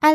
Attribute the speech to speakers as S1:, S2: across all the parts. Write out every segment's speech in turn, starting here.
S1: 艾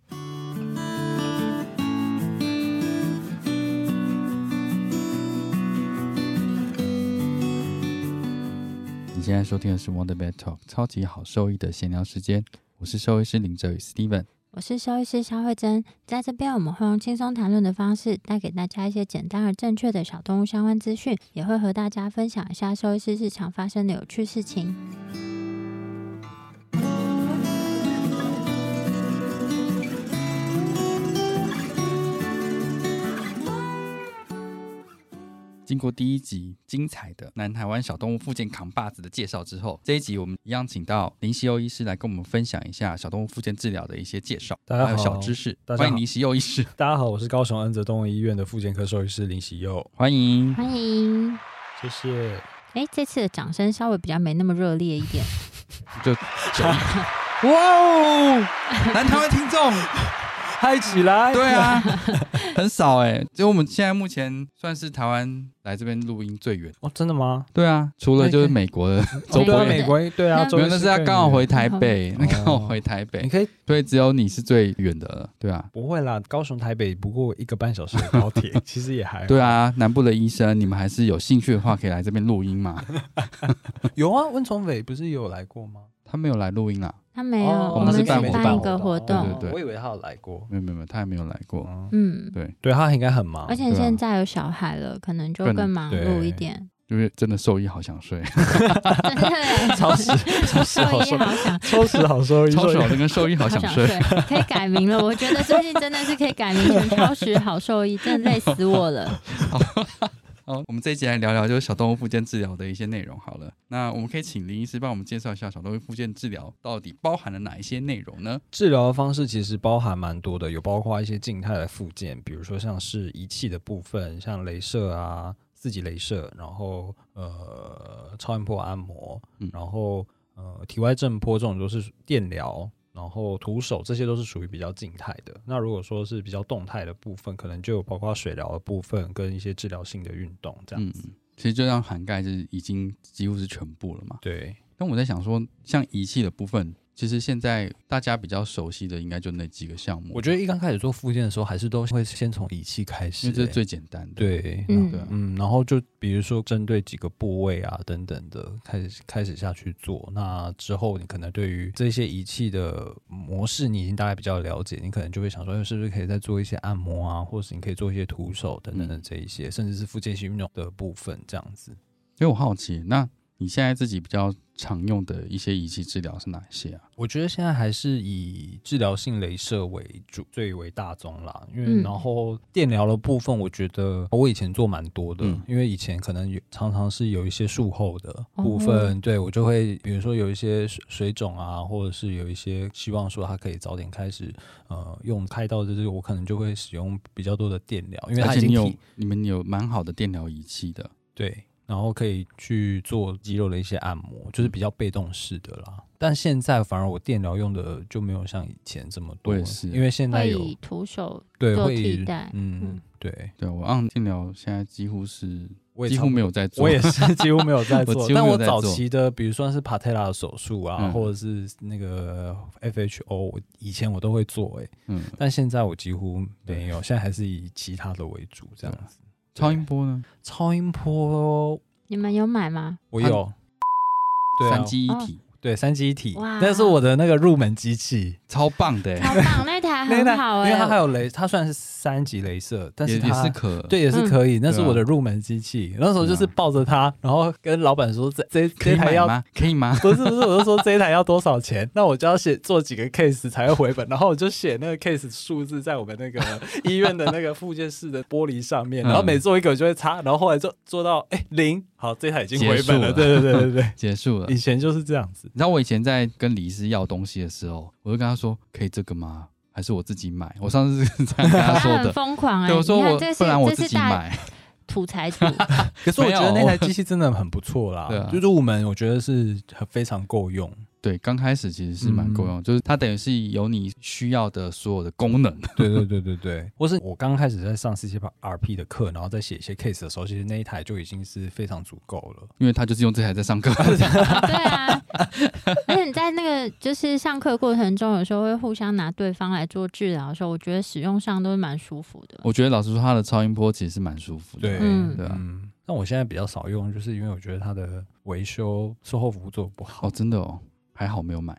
S2: 你现在收听的是 Wonder Vet Talk 超级好兽医的闲聊时间，我是兽医师林哲宇 Steven。
S1: 我是兽医师肖慧珍，在这边我们会用轻松谈论的方式，带给大家一些简单而正确的小动物相关资讯，也会和大家分享一下兽医师日常发生的有趣事情。
S2: 经过第一集精彩的南台湾小动物复健扛把子的介绍之后，这一集我们一样请到林希佑医师来跟我们分享一下小动物复健治疗的一些介绍，
S3: 大家好
S2: 还有小知识。
S3: 大家好
S2: 欢迎林希佑医师，
S3: 大家好，我是高雄安泽动物医院的复健科兽医师林喜佑，
S2: 欢迎。
S1: 欢迎。
S3: 谢谢。
S1: 哎，这次的掌声稍微比较没那么热烈一点。
S2: 就哇哦，南台湾听 众，
S3: 嗨起来！
S2: 对啊，很少哎、就我们现在目前算是台湾来这边录音最远。
S3: 哦，真的吗？
S2: 对啊，除了就是
S3: 对
S2: 美国的周
S3: 哦对
S2: 边
S3: 啊，美国对啊，
S1: 那
S3: 周
S2: 没
S3: 边
S2: 有，那是他刚好回台 北，那
S3: 嗯
S2: 刚好回台北
S3: 你，可以
S2: 所以只有你是最远的了，对啊，
S3: 不会啦，高雄台北不过一个半小时的高铁， 其实也还好
S2: 对。啊，南部的医生，你们还是有兴趣的话，可以来这边录音嘛。
S3: 有啊，温崇伟不是也有来过吗？
S2: 他没有来录音啊，
S1: 他没有，
S3: 哦
S1: 我
S2: 们
S1: 们
S2: 是
S1: 是
S2: 办活
S1: 办一
S2: 动哦
S1: 个活动，
S2: 对对对
S3: 我以为他有来过。
S2: 没有没有，没有他还没有来过。
S3: 嗯，
S1: 嗯。
S3: 对他应该很忙，
S1: 而且
S2: 对啊
S1: 现在有小孩了，可能就
S2: 更
S1: 更忙碌一
S3: 对
S1: 点。
S2: 就是真的兽医好想睡，
S1: 真 的
S3: 超时超时
S1: 兽
S3: 好
S1: 医
S3: 收，
S1: 好想
S3: 超时好收一
S2: 超
S3: 收
S2: 爽的跟兽医好想睡。，
S1: 可以改名了。我觉得最近真的是可以改名成超时好兽医，真的累死我了。
S2: 好，我们这一集来聊聊就是小动物复健治疗的一些内容好了。那我们可以请林医师帮我们介绍一下小动物复健治疗到底包含了哪一些内容呢？
S3: 治疗的方式其实包含蛮多的，有包括一些静态的附件，比如说像是仪器的部分，像镭射啊，自己镭射，然后呃超音波按摩
S2: 嗯，
S3: 然后呃体外震波这种都是电疗，然后徒手这些都是属于比较静态的。那如果说是比较动态的部分，可能就有包括水疗的部分跟一些治疗性的运动这样子。
S2: 嗯其实就让涵盖是已经几乎是全部了嘛。
S3: 对，
S2: 但我在想说，像仪器的部分，其实现在大家比较熟悉的应该就那几个项目，
S3: 我觉得一刚开始做附件的时候，还是都会先从仪器开始、
S2: 因为这是
S3: 欸
S2: 最简单的。
S3: 对，
S1: 嗯
S2: 对啊
S3: 嗯，然后就比如说针对几个部位啊等等的，开始开始下去做。那之后，你可能对于这些仪器的模式，你已经大概比较了解，你可能就会想说，哎是不是可以再做一些按摩啊，或是你可以做一些徒手等等的这一些，甚至是附件性运动的部分这样子。
S2: 所以我好奇，那你现在自己比较常用的一些仪器治疗是哪些啊？
S3: 我觉得现在还是以治疗性镭射为主，最为大宗啦。因为
S1: 嗯
S3: 然后电疗的部分，我觉得我以前做蛮多的，
S2: 嗯
S3: 因为以前可能有常常是有一些术后的部分，对我就会比如说有一些水水肿啊，或者是有一些希望说它可以早点开始呃用开刀，就是我可能就会使用比较多的电疗，因为它
S2: 而且
S3: 已经
S2: 你有
S3: 提
S2: 你们有蛮好的电疗仪器的，
S3: 对，然后可以去做肌肉的一些按摩，就是比较被动式的啦。但现在反而我电疗用的就没有像以前这么多
S2: 我也，是
S3: 因为现在
S1: 会
S3: 有
S1: 以徒手，
S3: 对
S1: 做
S3: 会以
S1: 替代
S3: 嗯
S1: 嗯，
S3: 对，
S2: 对啊我按电疗现在几乎是
S3: 我也
S2: 几
S3: 差
S2: 乎
S3: 不多
S2: 没有在做，
S3: 我也是几乎没有在
S2: 我
S3: 做
S2: 几，乎
S3: 但
S2: 没有
S3: 我
S2: 在
S3: 早
S2: 做
S3: 期的，比如说是 patella 的手术啊，
S2: 嗯
S3: 或者是那个 FHO，我以前我都会做、欸，
S2: 嗯，
S3: 但现在我几乎没有，现在还是以其他的为主这样子。
S2: 超音波呢，
S3: 超音波哦
S1: 你们有买 吗？
S3: 我
S2: 它
S3: 有，对
S2: 啊
S3: 啊
S2: 三
S1: 哦
S2: 机一体，
S3: 对三机一体
S1: 哇，
S3: 那是我的那个入门机器，
S2: 超棒的欸、
S1: 超棒，那台还很好 哎、
S3: 因为它还有雷，它虽然是三级镭射，但
S2: 也
S3: 是
S2: 也
S3: 它
S2: 是可
S3: 对，也是
S1: 嗯
S3: 可以。那是
S2: 对啊啊
S3: 我的入门机器，那时候就是抱着它，然后跟老板说这这
S2: 可
S3: 这
S2: 以
S3: 台
S2: 买
S3: 要
S2: 吗？可以吗？
S3: 不是不是，我就说这一台要多少钱，那我就要写做几个 case 才会回本，然后我就写那个 case 数字在我们那 个医院的那个附件室的玻璃上
S2: 嗯
S3: 面，然后每做一个我就会擦，然后后来就做到哎、零，好，这台已经回本了，
S2: 结
S3: 对对对 对对，
S2: 结束了。
S3: 以前就是这样子，
S2: 你知道我以前在跟李医师要东西的时候，我就跟他说：“可以这个吗？还是我自己买？”我上次是这样跟他 说
S1: 很
S2: 的。
S1: 疯狂哎、
S2: 对，我说
S1: 你看
S2: 我
S1: 这是
S2: 不然我
S1: 这
S2: 自
S1: 是
S2: 己
S1: 大
S2: 买。
S1: 土财主，
S3: 可是我觉得
S2: 没
S3: 那
S2: 有
S3: 台机器真的很不错啦，
S2: 对啊
S3: 就是我们我觉得是很非常够用，
S2: 对，刚开始其实是蛮
S3: 嗯
S2: 够用，就是它等于是有你需要的所有的功能。
S3: 对对对对对， 或是我刚开始在上 C C R P 的课，然后在写一些 case 的时候，其实那一台就已经是非常足够了。
S2: 因为他就是用这台在上 课，
S1: 对啊，而且你在那个就是上课过程中，有时候会互相拿对方来做治疗的时候，我觉得使用上都是蛮舒服的。
S2: 我觉得老实说，它的超音波其实是蛮舒服的。
S3: 对，
S1: 嗯
S2: 对啊
S3: 嗯，但我现在比较少用，就是因为我觉得它的维修售后服务做得不好。
S2: 哦，真的哦，还好没有买。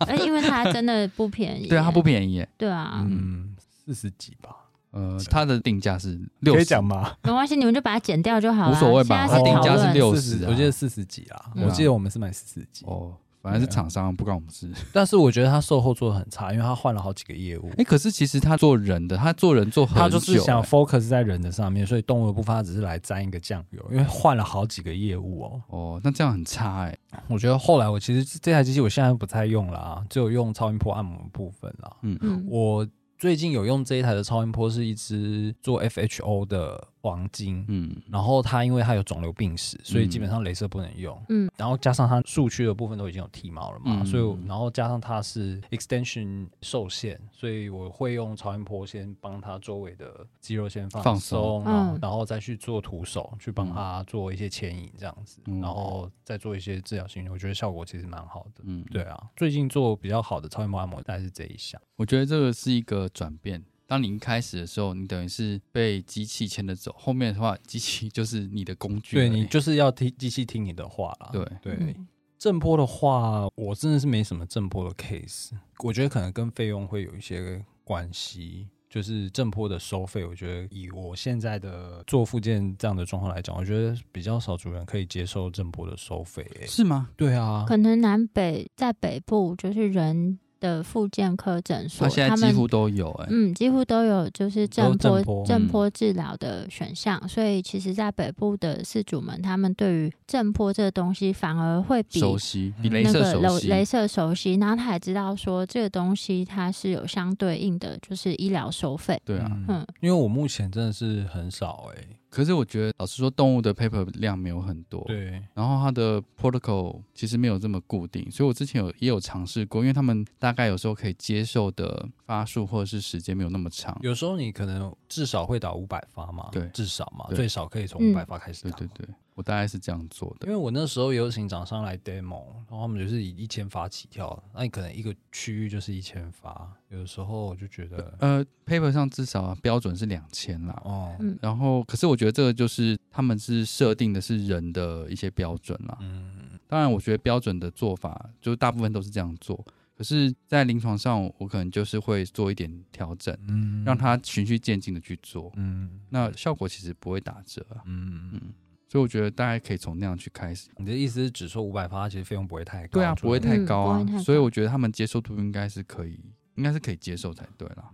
S1: 而哎且因为它真的不便宜，
S2: 对啊，它不便宜耶。
S1: 对啊，
S3: 嗯，四十几吧，
S2: 呃，它的定价是六
S3: 可
S2: 十
S3: 以，讲吗？
S1: 没关系，你们就把它剪掉就好了，啊
S2: 无所谓吧
S1: 现在
S2: 它
S1: 是
S2: 定
S1: 讨
S2: 价是
S1: 论
S2: 60
S3: 40
S2: 啊
S3: 我记得四十几啦。
S1: 嗯
S3: 我记得我们是买四十几，
S2: 哦，反
S3: 啊
S2: 正是厂商不关我们事。
S3: 但是我觉得它售后做的很差，因为它换了好几个业务
S2: 哎、。可是其实他做人的，他做人做很久、
S3: 它就是想
S2: 诶
S3: focus 在人的上面，所以动物的部分它只是来沾一个酱油，因为换了好几个业务哦。
S2: 哦，那这样很差哎、
S3: 我觉得后来我其实这台机器我现在不太用了啊，只有用超音波按摩的部分啦。
S1: 嗯，
S3: 我最近有用这一台的超音波是一只做 FHO 的黄金，
S2: 嗯，
S3: 然后它因为它有肿瘤病史，所以基本上镭射不能用。
S1: 嗯，
S3: 然后加上它术区的部分都已经有剃毛了嘛，
S2: 嗯
S3: 所以我然后加上它是 extension 受限，所以我会用超音波先帮它周围的肌肉先放
S2: 放
S3: 松，
S2: 松
S3: 然后
S1: 嗯
S3: 然后再去做徒手去帮它做一些牵引这样子，
S2: 嗯
S3: 然后再做一些治疗性，我觉得效果其实蛮好的。
S2: 嗯，
S3: 对啊，最近做比较好的超音波按摩大概是这一项。
S2: 我觉得这个是一个转变。当你一开始的时候，你等于是被机器牵着走，后面的话，机器 就是你的工具而
S3: 对
S2: 已。
S3: 你就是要听机器听你的话啦。
S2: 对
S3: 对，
S1: 嗯
S3: 震波的话，我真的是没什么震波的 case，我觉得可能跟费用会有一些关系。就是震波的收费，我觉得以我现在的做附件这样的状况来讲，我觉得比较少主人可以接受震波的收费、欸。
S2: 是吗？
S3: 对啊，
S1: 可能南北在北部就是人的复健科诊所，
S2: 他现在
S1: 他
S2: 几
S1: 们
S2: 乎都有哎、
S1: 嗯，几乎都有就是
S3: 都
S1: 震
S3: 震
S1: 波
S3: 波
S1: 震
S2: 嗯
S1: 波治疗的选项，所以其实，在北部的饲主们，他们对于震波这个东西反而会比
S2: 熟悉比
S3: 嗯
S2: 镭
S1: 那
S2: 射
S1: 个
S2: 熟
S1: 镭
S2: 悉。
S1: 镭射熟悉，然后他也知道说这个东西它是有相对应的，就是医疗收费。
S2: 对啊，
S3: 嗯
S1: 嗯，
S3: 因为我目前真的是很少哎、
S2: 可是我觉得老实说，动物的 paper 量没有很多。
S3: 对，
S2: 然后它的 protocol 其实没有这么固定，所以我之前有也有尝试过，因为他们大概有时候可以接受的发数或者是时间没有那么长。
S3: 有时候你可能至少会打五百发嘛，
S2: 对
S3: 至少嘛，
S2: 对
S3: 最少可以从
S1: 嗯
S3: 五百发开始
S2: 对
S3: 打。
S2: 对对，我大概是这样做的
S3: 因。为我那时候也有请厂商来 demo，然后他们就是以一千发起跳，那你可能一个区域就是一千发，有的时候我就觉得，
S2: 呃，paper 上至少、啊标准是两千啦。
S3: 哦，
S1: 嗯
S2: 然后，可是我觉得这个就是他们是设定的是人的一些标准啦。
S3: 嗯，
S2: 当然，我觉得标准的做法就是大部分都是这样做。可是，在临床上，我可能就是会做一点调整，
S3: 嗯
S2: 让，它循序渐进的去做，
S3: 嗯
S2: 那效果其实不会打折啊。
S3: 嗯嗯，
S2: 所以我觉得大家可以从那样去开始。
S3: 你的意思是只说五百发，其实费用不会太高，
S2: 对啊，
S3: 就
S2: 不会太高啊
S1: 嗯不会太，高
S2: 所以我觉得他们接受度应该是可以，应该是可以接受才对啦。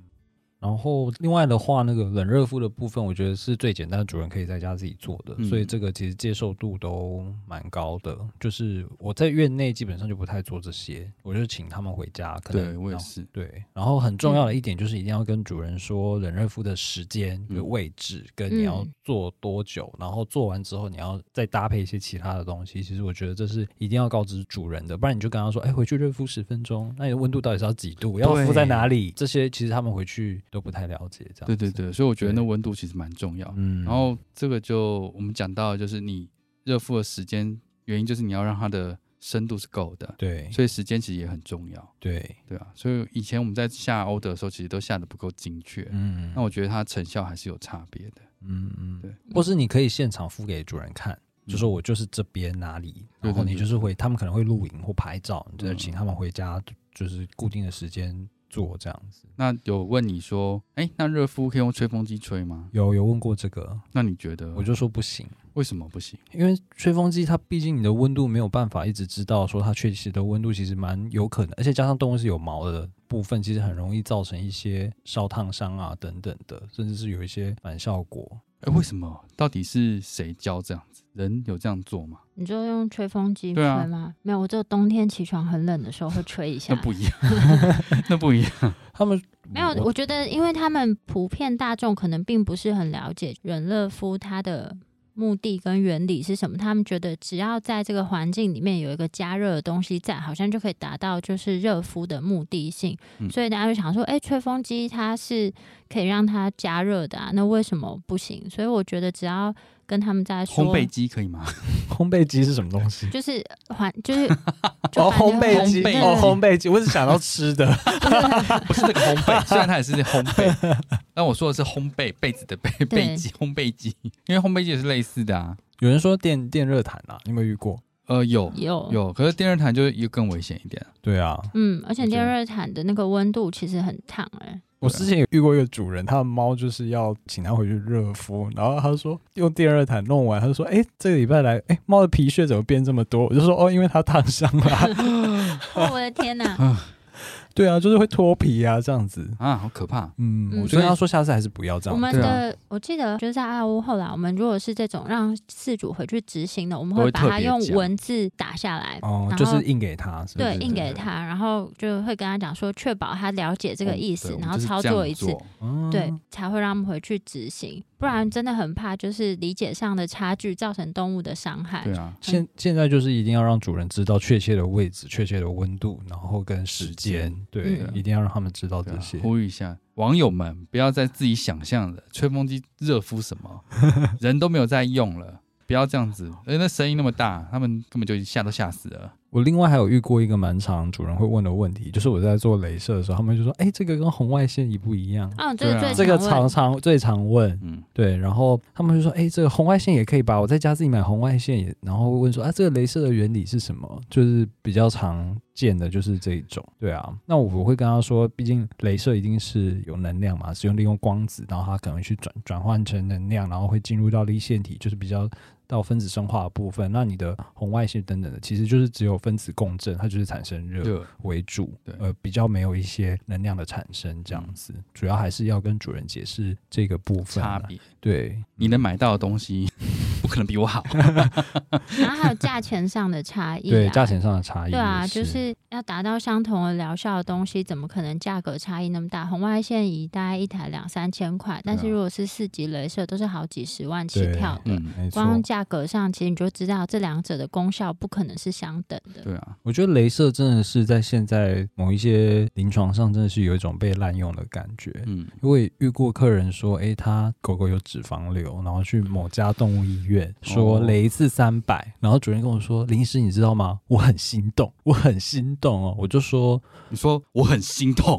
S3: 然后另外的话，那个冷热敷的部分，我觉得是最简单的，主人可以在家自己做的，
S2: 嗯
S3: 所以这个其实接受度都蛮高的。就是我在院内基本上就不太做这些，我就请他们回家，可能
S2: 对我也
S3: 然后
S2: 是，
S3: 对，然后很重要的一点就是一定要跟主人说冷热敷的时间、
S2: 嗯
S3: 有位置，跟你要
S1: 嗯
S3: 做多久，然后做完之后你要再搭配一些其他的东西。其实我觉得这是一定要告知主人的，不然你就跟他说，哎，回去热敷十分钟，那你的温度到底是要几度，要敷在哪里？这些其实他们回去都不太了解，这样
S2: 对对
S3: 子，
S2: 对，所以我觉得
S3: 对
S2: 那温度其实蛮重要。
S3: 嗯，
S2: 然后这个就我们讲到，的就是你热敷的时间，原因就是你要让它的深度是够的，
S3: 对
S2: 所以时间其实也很重要，
S3: 对，
S2: 对啊。所以以前我们在下 order 的时候，其实都下的不够精确，
S3: 嗯，
S2: 那我觉得它成效还是有差别的。
S3: 嗯嗯，
S2: 对，嗯
S3: 或是你可以现场付给主人看，就说我就是这边哪里，
S2: 对
S3: 然后
S2: 对
S3: 你
S2: 对
S3: 就是回，他们可能会录影或拍照，你就
S2: 嗯
S3: 请他们回家，就是固定的时间做这样子。
S2: 那有问你说，哎，那热敷可以用吹风机吹吗？
S3: 有有问过这个，
S2: 那你觉得
S3: 我就说不行，
S2: 为什么不行？
S3: 因为吹风机它毕竟你的温度没有办法一直知道说它确实的温度其实蛮有可能，而且加上动物是有毛的部分，其实很容易造成一些烧烫伤啊等等的，甚至是有一些反效果。
S2: 哎，为什么？到底是谁教这样子？人有这样做吗？
S1: 你就用吹风机
S2: 对
S1: 吹
S2: 啊
S1: 吗？没有，我只有冬天起床很冷的时候会吹一下
S2: 那。不一样， 那不一样。
S3: 他们
S1: 没有，我觉得因为他们普遍大众可能并不是很了解人乐夫它的目的跟原理是什么，他们觉得只要在这个环境里面有一个加热的东西在，好像就可以达到就是热敷的目的性，
S2: 嗯
S1: 所以大家就想说，哎、吹风机它是可以让它加热的啊，那为什么不行？所以我觉得只要跟他们在说
S2: 烘焙机可以吗？
S3: 烘焙机是什么东西？
S1: 就是环就是 就
S3: 哦，
S1: 环境
S3: 烘焙机
S1: 对对
S3: 哦，烘焙机，我只想到吃的。
S2: 不是那个烘焙，虽然它也是烘焙，但我说的是烘焙被子的被
S1: 对
S2: 被机烘焙机，因为烘焙机也是类似的啊。
S3: 有人说电电热毯啊，你有没有遇过？
S2: 呃，有
S1: 有
S2: 有，可是电热毯就又更危险一点。
S3: 对啊，
S1: 嗯，而且
S2: 对
S1: 电热毯的那个温度其实很烫哎、
S3: 我之前有遇过一个主人，他的猫就是要请他回去热敷，然后他说用电热毯弄完，他就说：“哎、这个礼拜来，哎、猫的皮屑怎么变这么多？”我就说：“哦，因为它烫伤 啦。
S1: 哦我的天哪！
S2: 嗯
S3: 对啊，就是会脱皮啊，这样子。
S2: 啊，好可怕！
S3: 嗯，
S1: 嗯
S3: 我就跟他说下次还是不要这
S1: 我
S3: 样。
S1: 们
S2: 对
S1: 的、
S2: 啊
S1: 我记得就是在爱屋后来，我们如果是这种让饲主回去执行的，我们
S2: 都
S1: 会
S2: 会
S1: 把
S2: 特
S1: 它
S2: 别
S1: 用
S2: 讲
S1: 文字打下来，
S3: 哦，
S1: 然后
S3: 就是印给他，是不是
S1: 对，印给。他，然后就会跟他讲说，确保他了解这个意思，
S2: 哦对我们
S1: 然后
S2: 就是
S1: 操
S2: 这样
S1: 作一次，
S3: 嗯
S1: 对，才会让他们回去执行，不然真的很怕就是理解上的差距造成动物的伤害
S2: 对。啊，
S3: 现现在就是一定要让主人知道确切的位置、确切的温度，然后跟时
S2: 时
S3: 间
S2: 间，
S3: 对，
S1: 嗯
S3: 一定要让他们知道
S2: 对
S3: 这
S2: 啊
S3: 些。
S2: 呼吁一下网友们，不要再自己想象了，吹风机热敷什么，人都没有在用了。不要这样子，哎，那声音那么大，他们根本就吓都吓死了。
S3: 我另外还有遇过一个蛮常主人会问的问题，就是我在做镭射的时候，他们就说：“哎、这个跟红外线一不一样
S1: 嗯，这个
S2: 对
S1: 最
S2: 啊？”
S3: 这个
S1: 常
S3: 常
S1: 问
S3: 常最常问，
S2: 嗯，
S3: 对。然后他们就说：“哎、这个红外线也可以吧？我在家自己买红外线也。”然后问说：“啊，这个镭射的原理是什么？”就是比较常见的就是这一种，对啊。那我我会跟他说，毕竟镭射一定是有能量嘛，是用利用光子，然后它可能去转转换成能量，然后会进入到离线体，就是比较到分子生化的部分，那你的红外线等等的，其实就是只有分子共振，它就是产生热
S2: 热
S3: 为主
S2: 对，嗯
S3: 呃，比较没有一些能量的产生这样子。主要还是要跟主人解释这个部分
S2: 差
S3: 啊，
S2: 别，
S3: 对，
S2: 你能买到的东西 不可能比我好。
S1: 然后还有价钱上的差异、啊，
S3: 对价钱上的差异也，
S1: 对啊，就是要达到相同的疗效的东西，怎么可能价格差异那么大？红外线仪大概一台两三千块，但是如果是四级镭射，都是好几十万起
S3: 对
S1: 跳的。
S2: 嗯，
S3: 没错。
S1: 光价格上，其实你就知道这两者的功效不可能是相等的。
S2: 对啊，
S3: 我觉得镭射真的是在现在某一些临床上，真的是有一种被滥用的感觉。
S2: 嗯，
S3: 因为遇过客人说，诶，他狗狗有脂肪瘤，然后去某家动物医院说
S2: 哦
S3: 雷一次三百，然后主任跟我说，林医师你知道吗？我很心动，我很心动哦，我就说，
S2: 你说我很心 痛，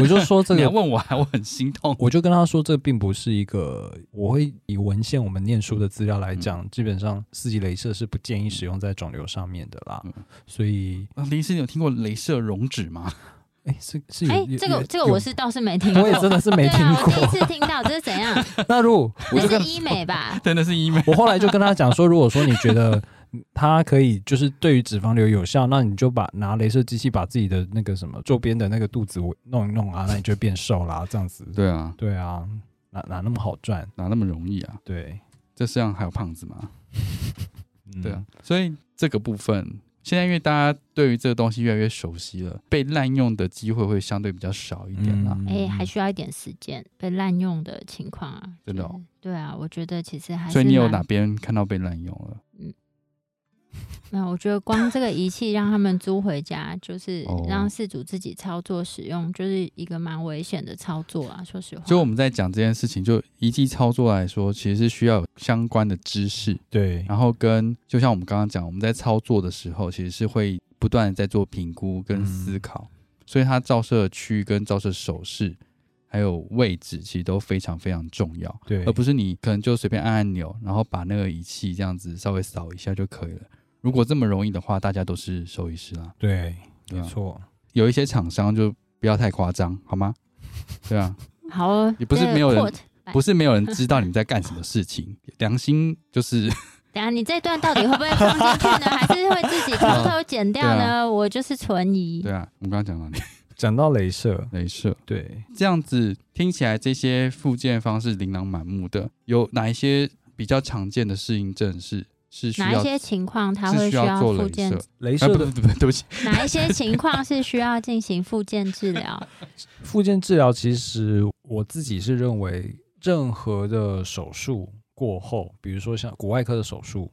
S3: 我就说 这
S2: 你还
S3: 个。
S2: 问我，啊还我很心痛。
S3: 我就跟他说，这并不是一个，我会以文献我们念书的资料来
S2: 嗯
S3: 讲，基本上四级镭射是不建议使用在肿瘤上面的啦
S2: 嗯。
S3: 所以，
S2: 啊林医师，你有听过镭射溶脂吗？
S3: 诶，是是有，
S1: 哎、
S3: 有
S1: 这个
S3: 有
S1: 这个我是倒是没听过，
S3: 我也真的是 没
S1: 对啊
S3: 听
S1: 啊，我
S3: 过。
S1: 第一次听到，这是怎样？
S3: 那如果我
S1: 那
S3: 就跟
S1: 是医美 吧？
S2: 真的是医美，
S3: 我后来就跟他讲说，如果说你觉得 它可以就是对于脂肪瘤有效，那你就把拿镭射机器把自己的那个什么周边的那个肚子弄一弄啊，那你就会变瘦啦，这样子。
S2: 对啊，
S3: 对啊，哪哪那么好赚？
S2: 哪那么容易啊？
S3: 对，
S2: 这世上还有胖子吗？
S3: 嗯
S2: 对啊，，所以这个部分，现在因为大家对于这个东西越来越熟悉了，被滥用的机会会相对比较少一点啦、
S3: 嗯
S1: 哎、还需要一点时间被滥用的情况啊。
S2: 真的哦
S1: 就是对啊，我觉得其实还是
S2: 所以你有
S1: 蛮
S2: 哪边看到被滥用了？
S1: 没有，我觉得光这个仪器让他们租回家，就是
S2: 哦
S1: 让事主自己操作使用，就是一个蛮危险的操作啊。说实话，
S2: 就我们在讲这件事情，就仪器操作来说，其实是需要有相关的知识，
S3: 对，
S2: 然后跟就像我们刚刚讲，我们在操作的时候，其实是会不断地在做评估
S3: 嗯
S2: 跟思考，所以它照射的区域跟照射手势，还有位置，其实都非常非常重要。
S3: 对，
S2: 而不是你可能就随便按按钮，然后把那个仪器这样子稍微扫一下就可以了。如果这么容易的话，大家都是兽医师啦。
S3: 对，
S2: 对
S3: 没
S2: 啊
S3: 错，
S2: 有一些厂商就不要太夸张，好吗？ 对啊，
S1: 好哦，
S2: 也不是
S1: 这个
S2: 没有人
S1: quote
S2: 不是没有人知道你们在干什么事情，良心就是
S1: 等一下，你这段到底会不会放进去呢？还是会自己偷偷剪掉
S2: 嗯对啊
S1: 呢？我就是存疑
S2: 对。啊。我们刚刚讲到你
S3: 讲到镭射，
S2: 镭射，
S3: 对，
S2: 这样子听起来这些复健方式琳琅满目的，有哪一些比较常见的适应症是是需
S1: 哪一
S2: 要？
S1: 些情况它
S2: 是
S1: 会
S2: 需要做
S1: 复
S2: 镭
S1: 健
S2: 射？，
S3: 镭
S2: 啊，
S3: 射
S2: 不
S3: 的
S2: 不不，对不起，
S1: 哪一些情况是需要进行复健治疗？
S3: 附件治疗，其实我自己是认为，任何的手术过后，比如说像骨外科的手术，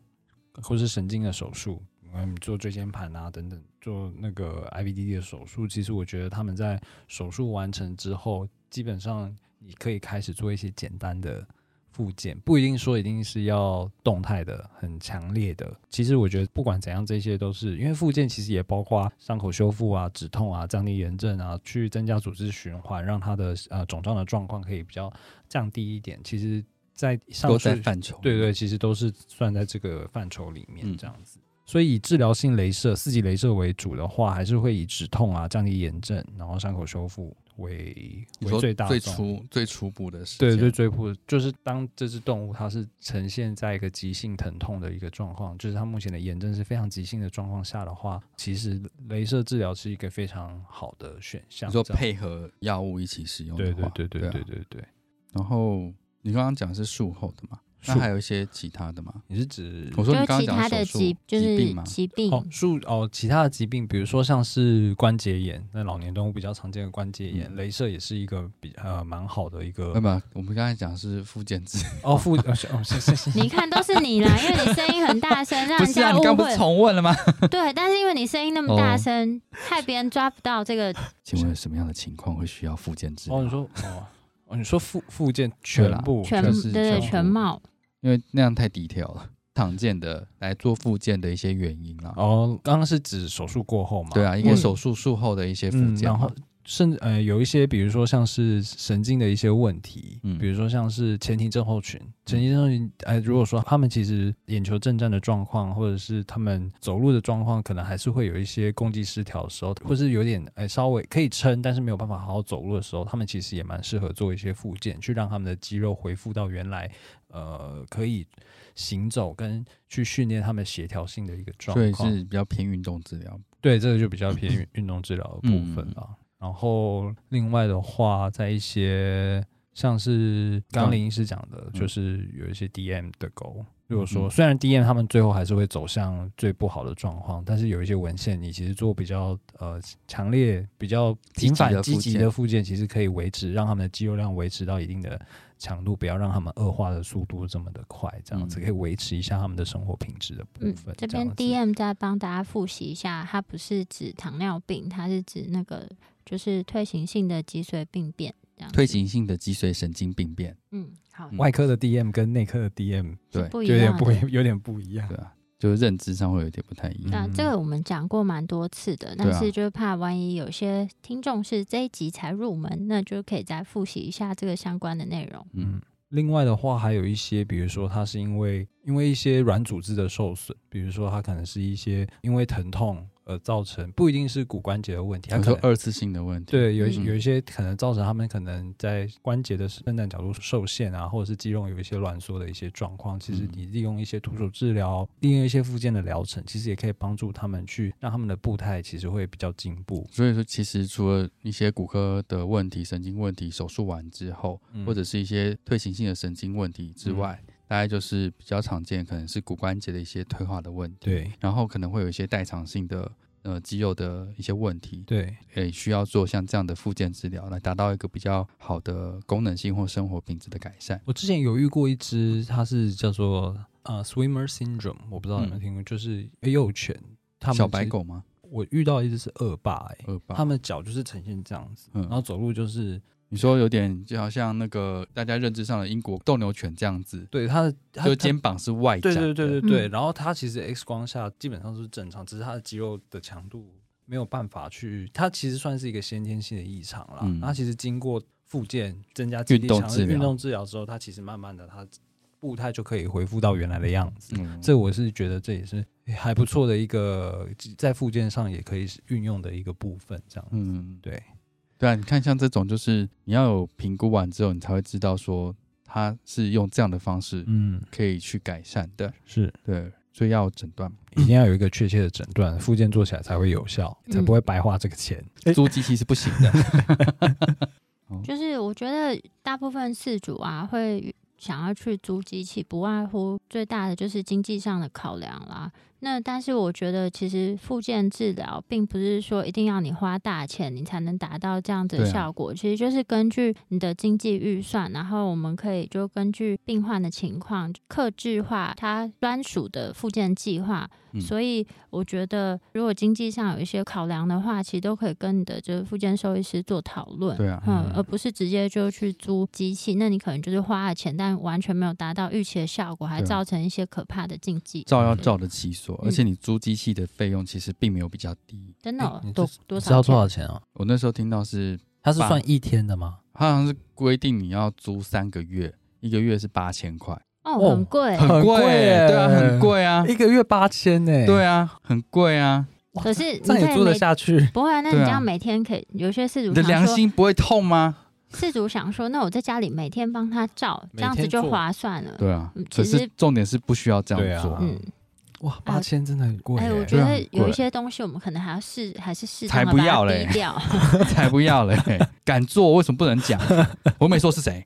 S3: 或是神经的手术，嗯，做椎间盘啊等等，做那个 IVDD 的手术，其实我觉得他们在手术完成之后，基本上你可以开始做一些简单的。复健不一定说一定是要动态的、很强烈的。其实我觉得不管怎样，这些都是因为复健其实也包括伤口修复啊、止痛啊、降低炎症啊，去增加组织循环，让它的呃肿胀的状况可以比较降低一点。其实，在上
S2: 都
S3: 述
S2: 在范畴。
S3: 对对，其实都是算在这个范畴里面
S2: 嗯
S3: 这样子。所以以治疗性镭射、四级镭射为主的话，还是会以止痛啊、降低炎症，然后伤口修复为
S2: 你
S3: 为
S2: 说
S3: 最大
S2: 最
S3: 宗
S2: 初最初步的啊时
S3: 对
S2: 间
S3: 对，最普就是当这只动物它是呈现在一个急性疼痛的一个状况，就是它目前的炎症是非常急性的状况下的话，其实镭射治疗是一个非常好的选项。
S2: 你说
S3: 这样
S2: 配合药物一起使用的
S3: 对对
S2: 话
S3: 对对
S2: 对啊
S3: 对对对，
S2: 然后你刚刚讲是术后的嘛？那
S3: 术
S2: 还有一些其他的吗？
S3: 你是指
S2: 我
S1: 就
S2: 说 你
S1: 是
S2: 刚刚
S1: 其
S2: 讲
S1: 他的
S2: 手术
S1: 疾，就是
S2: 病吗？
S1: 疾病，
S3: 哦，术哦，其他的疾病，比如说像是关节炎，那老年动物比较常见的关节炎，
S2: 嗯
S3: 镭射也是一个比呃蛮好的一
S2: 不
S3: 个
S2: 不，我们刚才讲的是附件治，
S3: 哦副哦是哦是 是是
S1: 你看都是你啦，因为你声音很大 声，让
S2: 不
S1: 人
S2: 是啊？
S1: 家
S2: 你
S1: 误
S2: 刚不
S1: 会
S2: 是。重问了吗？
S1: 对，但是因为你声音那么
S2: 哦
S1: 大声，害别人抓不到 这个。
S2: 请问什么样的情况会需要附件治疗？
S3: 哦你说哦哦你说附附件
S2: 对
S3: 全
S2: 啦
S3: 部
S1: 全
S2: 就
S1: 对
S2: 是
S1: 对
S2: 全
S1: 全
S2: 部
S1: 貌，
S2: 因为那样太 detail 了。常见的来做附件的一些原因啦。
S3: 哦刚刚是指手术过后嘛？
S2: 对啊，应该
S1: 嗯
S2: 手术术后的一些附
S3: 嗯，
S2: 件
S3: 然
S2: 嘛
S3: 后。甚至呃有一些，比如说像是神经的一些问题，
S2: 嗯
S3: 比如说像是前庭症候群，前庭症候群，呃，如果说他们其实眼球震颤的状况，或者是他们走路的状况，可能还是会有一些攻击失调的时候，或是有点呃稍微可以撑，但是没有办法好好走路的时候，他们其实也蛮适合做一些复健，去让他们的肌肉恢复到原来呃可以行走跟去训练他们协调性的一个状
S2: 所以
S3: 况，
S2: 是比较偏运动治疗，
S3: 对，这个就比较 偏于运动治疗的部分
S2: 嗯
S3: 啦。然后另外的话，在一些像是刚刚林医师讲的，
S2: 嗯
S3: 就是有一些 DM 的狗，如果
S2: 嗯
S3: 说虽然 DM 他们最后还是会走向最不好的状况，但是有一些文献，你其实做比较呃强烈、比较
S2: 积极
S3: 频繁
S2: 的、
S3: 积
S2: 复
S3: 极
S2: 健
S3: 的附件，其实可以维持让他们的肌肉量维持到一定的强度，不要让他们恶化的速度这么的快，这样子
S2: 嗯
S3: 可以维持一下他们的生活品质的部
S1: 嗯
S3: 分，。
S1: 这
S3: 样
S1: 边
S3: 子
S1: DM 再帮大家复习一下，它不是指糖尿病，它是指那个就是退行性的脊髓病变这样子。
S2: 退行性的脊髓神经病变，
S1: 嗯，好，
S2: 嗯
S3: 外科的 DM 跟内科的 DM
S2: 对
S1: 不一
S3: 就有点
S1: 样的。
S3: 不一 有点不一样。
S2: 对啊，就是认知上会有点不太一样。
S1: 那这个我们讲过蛮多次的，但
S2: 嗯对啊
S1: 是就是怕万一有些听众是这一集才入门，那就可以再复习一下这个相关的内容。
S2: 嗯，
S3: 另外的话，还有一些，比如说它是因为因为一些软组织的受损，比如说它可能是一些因为疼痛而造成，不一定是骨关节的问题，它
S2: 你
S3: 可
S2: 说
S3: 能。
S2: 二次性的问题，
S3: 对，有一
S1: 嗯
S3: 有一些可能造成他们可能在关节的伸展角度受限啊，或者是肌肉有一些挛缩的一些状况。其实
S2: 嗯
S3: 你利用一些徒手治疗，利用一些附件的疗程，其实也可以帮助他们去让他们的步态其实会比较进步。
S2: 所以说，其实除了一些骨科的问题、神经问题，手术完之后，
S3: 嗯
S2: 或者是一些退行性的神经问题之外，大概就是比较常见，可能是骨关节的一些退化的问题，
S3: 对
S2: 然后可能会有一些代偿性的呃肌肉的一些问题，
S3: 对，
S2: 也需要做像这样的复健治疗，来达到一个比较好的功能性或生活品质的改善。
S3: 我之前有遇过一只，它是叫做呃 swimmer syndrome，我不知道有没有听过，就是哎幼犬，它
S2: 嗯
S3: 们
S2: 小白
S3: 是。
S2: 狗吗？
S3: 我遇到一只是恶霸、欸，
S2: 恶
S3: 它
S2: 霸？
S3: 们脚就是呈现这样子，
S2: 嗯
S3: 然后走路就是
S2: 你说有点就好像那个大家认知上的英国斗牛犬这样子，
S3: 对它的它
S2: 就
S3: 它
S2: 肩膀是外展
S3: 对
S2: 的，
S3: 对对对
S1: 的
S3: 对，
S1: 嗯
S3: 然后它其实 X 光下基本上是正常，只是它的肌肉的强度没有办法去，它其实算是一个先天性的异常啦。
S2: 嗯
S3: 它其实经过复健、增加肌力
S2: 运动
S3: 强
S2: 治疗
S3: 运动治疗之后，它其实慢慢的它步态就可以恢复到原来的样子。
S2: 嗯，
S3: 这我是觉得这也是还不错的一个在附件上也可以运用的一个部分，这样。
S2: 嗯。
S3: 对，
S2: 对啊，你看像这种就是你要有评估完之后，你才会知道说它是用这样的方式
S3: 嗯，
S2: 可以去改善的，
S3: 是
S2: 对，所以要诊断。
S3: 一定要有一个确切的诊断，复健做起来才会有效，
S1: 嗯
S3: 才不会白花这个钱。
S2: 租机器是不行的，哦
S1: 就是我觉得大部分饲主啊会想要去租机器，不外乎最大的就是经济上的考量啦。那但是我觉得，其实复健治疗并不是说一定要你花大钱你才能达到这样子的
S2: 对啊
S1: 效果，其实就是根据你的经济预算，然后我们可以就根据病患的情况，克制化它专属的复健计划，
S2: 嗯
S1: 所以我觉得如果经济上有一些考量的话，其实都可以跟你的就是复健兽医师做讨论。
S2: 对啊
S1: 嗯
S3: 嗯，
S1: 而不是直接就去租机器，那你可能就是花了钱，但完全没有达到预期的效果，还
S2: 对啊
S1: 造成一些可怕的禁忌。
S2: 照要照得其所，
S1: 嗯
S2: 而且你租机器的费用其实并没有比较低。
S1: 真的哦
S3: 哎你
S1: 多
S3: 这
S1: 多
S3: 知
S1: 少
S3: 道多
S1: 钱？
S3: 少钱啊？
S2: 我那时候听到是，
S3: 它是
S2: 八
S3: 算一天的吗？
S2: 它好像是规定你要租三个月，一个月是八千块，
S1: 哦，很贵。
S3: 很贵耶
S2: 对啊，很贵啊，
S3: 一个月八千呢？
S2: 对啊，很贵啊，
S3: 哇
S1: 可 是你
S3: 这
S1: 可
S3: 样也
S1: 以
S3: 住得
S1: 每
S3: 下去？
S1: 不会啊，那你
S2: 对啊
S1: 这样每天可以，有些事
S2: 你
S1: 主
S2: 的
S1: 想
S2: 良
S1: 说，嗯
S2: 心不会痛吗？
S1: 事主想说，那我在家里每天帮他照，
S3: 每
S1: 这样子
S3: 天
S1: 就
S3: 做
S1: 划算了。
S2: 对啊
S1: 嗯，其
S2: 可
S1: 实
S2: 是重点是不需要这
S3: 对啊
S2: 样做，
S1: 嗯，
S3: 哇， 八千真的很贵耶。
S1: 哎，我觉得
S2: 很贵
S1: 有一些东西我们可能还要试，还是适
S2: 才
S1: 当的
S2: 不
S1: 把
S2: 要
S1: 它
S2: 嘞
S1: 低调。
S2: 才不要嘞！敢做为什么不能讲？我没说是谁。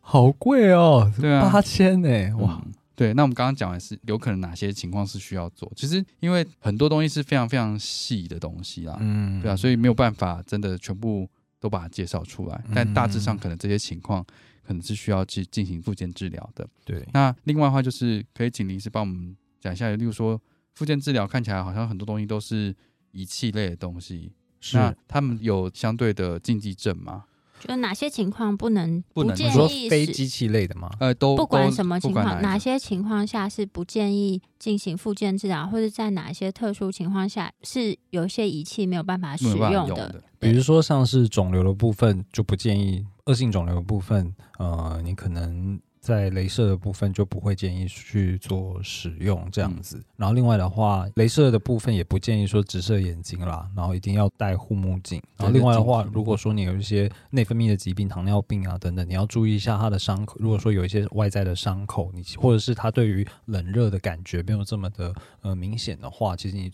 S3: 好贵哦，嗯
S2: 对啊
S3: 八千呢，哇
S2: 哇，，对，那我们刚刚讲的是有可能哪些情况是需要做，其实因为很多东西是非常非常细的东西啦，
S3: 嗯
S2: 对啊，所以没有办法真的全部都把它介绍出来，
S3: 嗯
S2: 但大致上可能这些情况可能是需要去进行复健治疗的。
S3: 对，
S2: 那另外的话就是可以请林医师帮我们讲一下，例如说复健治疗看起来好像很多东西都是仪器类的东西，那
S3: 是
S2: 他们有相对的禁忌症吗？
S1: 就哪些情况不能
S2: 不能
S1: 建
S3: 你说
S1: 议
S3: 非
S1: 使
S3: 机器类的吗？
S2: 呃，都
S1: 不管
S2: 都
S1: 什么情
S2: 不管
S1: 况，
S2: 哪
S1: 哪
S2: 一
S1: 些情况下是不建议进行复健治疗，或者在哪些特殊情况下是有一些仪器没有办法
S2: 没
S1: 使
S2: 有办法
S1: 用
S2: 用
S1: 的。
S2: 的。
S3: 比如说像是肿瘤的部分，就不建议恶性肿瘤的部分，呃，你可能在镭射的部分就不会建议去做使用这样
S2: 嗯
S3: 子。然后另外的话，镭射的部分也不建议说直射眼睛啦，然后一定要戴护目镜。然后另外的
S2: 对
S3: 话
S2: 这，近期
S3: 如果说你有一些内分泌的疾病，糖尿病啊等等，你要注意一下它的伤口。如果说有一些外在的伤口，你或者是它对于冷热的感觉没有这么的呃明显的话，其实你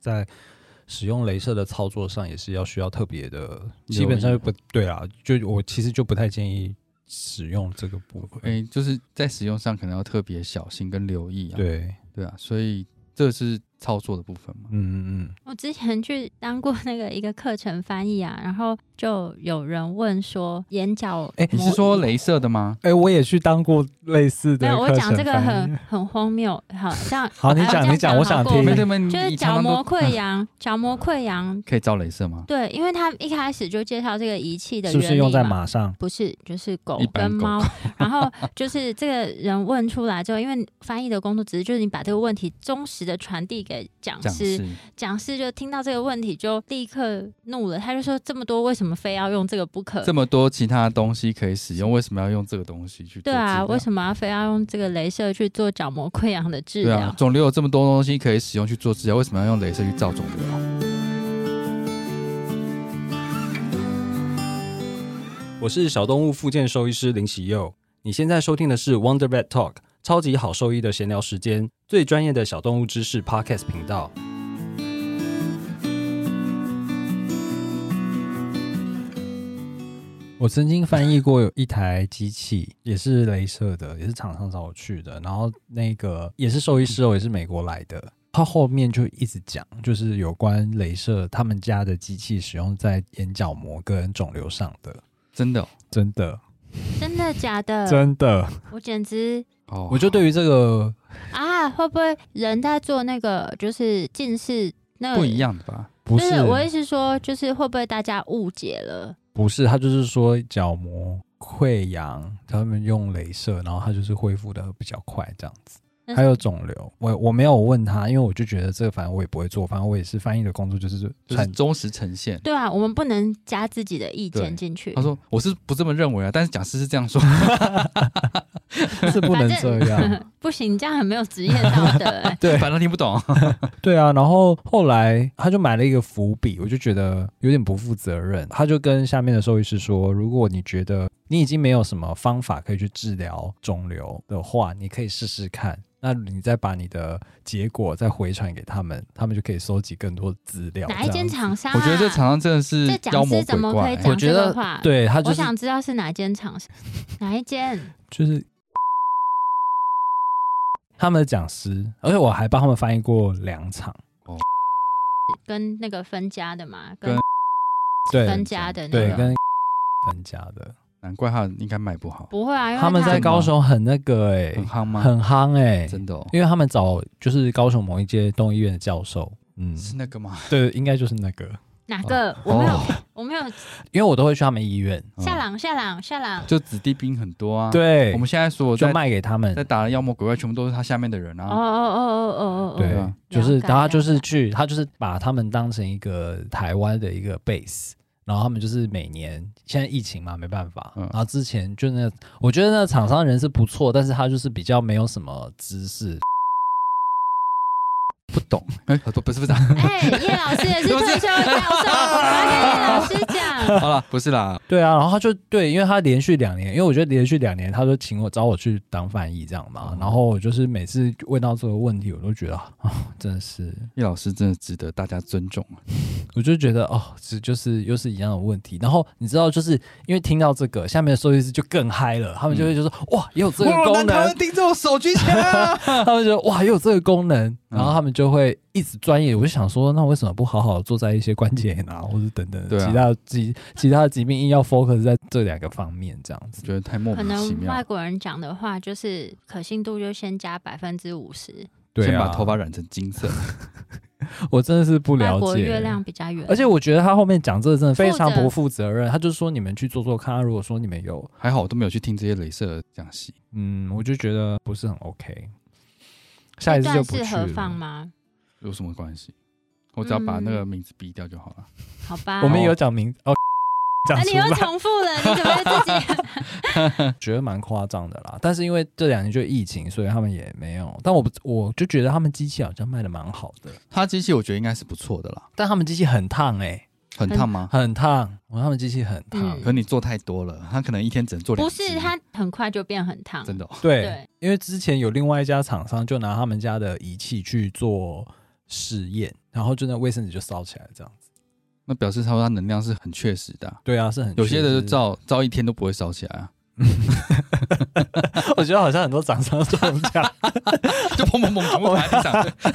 S3: 在使用镭射的操作上也是要需要特别的，
S2: 意
S3: 基本上就不对啦。就我其实就不太建议使用这个部分。
S2: 诶、就是在使用上可能要特别小心跟留意啊。
S3: 对，
S2: 对啊，所以这是操作的部分嘛。
S3: 嗯嗯
S1: 我之前去当过那个一个课程翻译啊，然后就有人问说眼角，
S3: 哎
S2: 你是说镭射的吗？
S3: 嗯，哎，我也去当过类似
S1: 没
S3: 的
S1: 有？
S3: 课
S1: 我
S3: 程翻
S1: 讲
S3: 译。
S1: 这个很很荒谬，好像
S3: 好，你
S1: 哎我这
S3: 讲
S1: 样
S3: 你讲，我想
S1: 好过
S3: 听
S1: 分
S2: 没对没，你
S1: 就是
S2: 你
S1: 角
S2: 常常
S1: 膜
S2: 都
S3: 嗯
S1: 溃疡，角膜溃疡。
S2: 可以照镭射吗？
S1: 对，因为他一开始就介绍这个仪器的
S3: 是不
S1: 原理
S3: 是用在
S1: 嘛
S3: 马上？
S1: 不是，就是狗
S2: 一般
S1: 跟
S2: 狗
S1: 猫。 然后就是这个人问出来之后，因为翻译的工作只是就是你把这个问题忠实的传递给讲
S2: 这样
S1: 师，
S2: 是
S1: 讲师就听到这个问题就立刻怒了，他就说这么多为什么非要用这个不可？
S2: 这么多其他东西可以使用，为什么要用这个东西去做治
S1: 对
S2: 疗？
S1: 啊，为什么要非要用这个镭射去做角膜溃疡的治
S2: 对
S1: 疗？
S2: 啊，肿瘤有这么多东西可以使用去做治疗，为什么要用镭射去照肿
S1: 嗯
S2: 瘤？
S3: 我是小动物复健兽医师林喜佑，你现在收听的是 Wonder Vet Talk 超级好兽医的闲聊时间，最专业的小动物知识 Podcast 频道。我曾经翻译过有一台机器，也是镭射的，也是厂商找我去的，然后那个也是兽医师哦，也是美国来的。他后面就一直讲，就是有关镭射他们家的机器使用在眼角膜跟肿瘤上的，
S2: 真的哦
S3: 真的
S1: 真的假的？
S3: 真的，
S1: 我简直
S2: 哦，
S3: 我就对于这个
S1: 啊！会不会人在做那个就是近视那个
S2: 不一？样的吧？
S3: 不
S1: 就是是我意思说，就是会不会大家误解了？
S3: 不是，他就是说角膜溃疡，他们用镭射，然后他就是恢复的比较快这样子。
S1: 那
S3: 还有肿瘤，我我没有问他，因为我就觉得这个反正我也不会做，反正我也是翻译的工作就是
S2: 就是
S3: 传
S2: 忠实呈现。
S1: 对啊，我们不能加自己的意见
S2: 对哦
S1: 进去
S2: 他。说我是不这么认为啊，但是讲师是这样说。。
S3: 是不能
S1: 反
S3: 这
S1: 正
S3: 样。
S1: 不行，这样很没有职业道德、欸
S2: 对，反正听不懂。
S3: 对啊，然后后来他就买了一个伏笔，我就觉得有点不负责任。他就跟下面的兽医师说，如果你觉得你已经没有什么方法可以去治疗肿瘤的话，你可以试试看。那你再把你的结果再回传给他们，他们就可以收集更多资料。
S1: 哪一
S3: 这
S1: 间
S3: 样子？
S1: 厂商、啊？
S2: 我觉得这厂商真的是
S1: 这
S2: 妖
S1: 讲
S2: 魔
S1: 师怎
S2: 鬼
S1: 么可
S2: 怪
S1: 以
S2: 欸。
S1: 讲
S3: 我觉
S1: 这个
S3: 得
S1: 话？，
S3: 对他
S1: 我
S3: 就是
S1: 想知道是哪间厂商，哪一间？
S3: 就是他们的讲师，而且我还帮他们翻译过两场。
S1: 跟那个分家的嘛，
S2: 跟
S1: 跟
S3: 对
S1: 分家的那
S3: 对
S1: 个，
S3: 跟分家的，
S2: 难怪他应该卖不好，
S1: 不会啊，因为
S3: 他们在
S2: 真的吗
S3: 高雄很那个哎、
S2: 很夯吗？
S3: 很夯哎、
S2: 真的哦，
S3: 因为他们找就是高雄某一届动医院的教授，嗯，
S2: 是那个吗？
S3: 对，应该就是那个，
S1: 哪个？我没有，
S2: 哦，
S1: 我没有
S3: 因为我都会去他们医院，
S1: 嗯下朗下朗下朗，
S2: 就子弟兵很多啊。，
S3: 对，
S2: 我们现在所有
S3: 就
S2: 在
S3: 卖给他们
S2: 在，打的妖魔鬼怪，全部都是他下面的人
S1: 哦哦
S2: 啊。
S1: 哦哦哦哦哦，
S3: 对
S2: 啊，
S3: 就是
S1: 了解
S3: 然后他就是
S1: 了解
S3: 去，他就是把他们当成一个台湾的一个 base。然后他们就是每年现在疫情嘛，没办法。
S2: 嗯
S3: 然后之前就那，我觉得那厂商人是不错，但是他就是比较没有什么知识。
S2: 不懂，哎，不不是不是啊，
S1: 哎，叶老师也 是退休教授，我要跟叶老师讲，
S2: 好了，不是啦，
S3: 对啊，然后他就对，因为他连续两年，因为我觉得连续两年，他都请我找我去当翻译这样嘛。
S2: 嗯
S3: 然后我就是每次问到这个问题，我都觉得 啊、真的是，
S2: 叶老师真的值得大家尊重啊。
S3: 我就觉得哦，这就是又是一样的问题。然后你知道，就是因为听到这个，下面的收音师就更嗨了，
S2: 嗯
S3: 他们就会就说、哇，也有这个功能，
S2: 听众手举起来啊！
S3: 他们就哇，也有这个功
S2: 嗯
S3: 能，然后他们就会一直专业。我就想说，那为什么不好好坐在一些关节炎 啊，或者等等
S2: 对啊
S3: 其他的疾其他的疾病，硬要 focus 在这两个方面这样子？
S2: 觉得太莫
S1: 可
S2: 名其
S1: 能
S2: 妙
S1: 外
S2: 了，
S1: 国人讲的话就是可信度就先加百分之五十，
S2: 先把头发染成金色。
S3: 我真的是不
S1: 外
S3: 了
S1: 国
S3: 解。
S1: 月亮比较圆，
S3: 而且我觉得他后面讲这个真的非常
S1: 负责
S3: 不负责任，他就说你们去做做看，如果说你们有，
S2: 还好我都没有去听这些镭射讲戏，
S3: 嗯，我就觉得不是很 OK，下
S1: 这
S3: 一次就
S1: 段
S3: 不
S1: 是
S3: 去
S1: 合放
S3: 了。
S1: 吗？
S2: 有什么关系？我只要把那
S1: 嗯
S2: 个名字逼掉就好了。
S1: 好吧，
S3: 我们也有讲明哦， 讲
S1: 那
S3: 出
S1: 你又
S3: 来，
S1: 重复了，你怎么又 自己？
S3: 觉得蛮夸张的啦。但是因为这两年就疫情，所以他们也没有。但我不，我就觉得他们机器好像卖的蛮好的，
S2: 他机器我觉得应该是不错的啦，
S3: 但他们机器很烫哎、
S2: 很烫吗？
S3: 很烫，我他们机器很烫。
S1: 嗯
S2: 可你做太多了，他可能一天只能做
S1: 不
S2: 两只
S1: 是，它很快就变很烫，
S2: 真的、哦，
S3: 对，
S1: 对
S3: 因为之前有另外一家厂商就拿他们家的仪器去做试验，然后就那卫生纸就烧起来这样子。
S2: 那表示他说他能量是很确实的啊、
S3: 对啊，是很
S2: 有些的就
S3: 照，
S2: 照照一天都不会烧起来啊，
S3: 我觉得好像很多厂商都这 样，
S2: 就砰砰砰全部打在地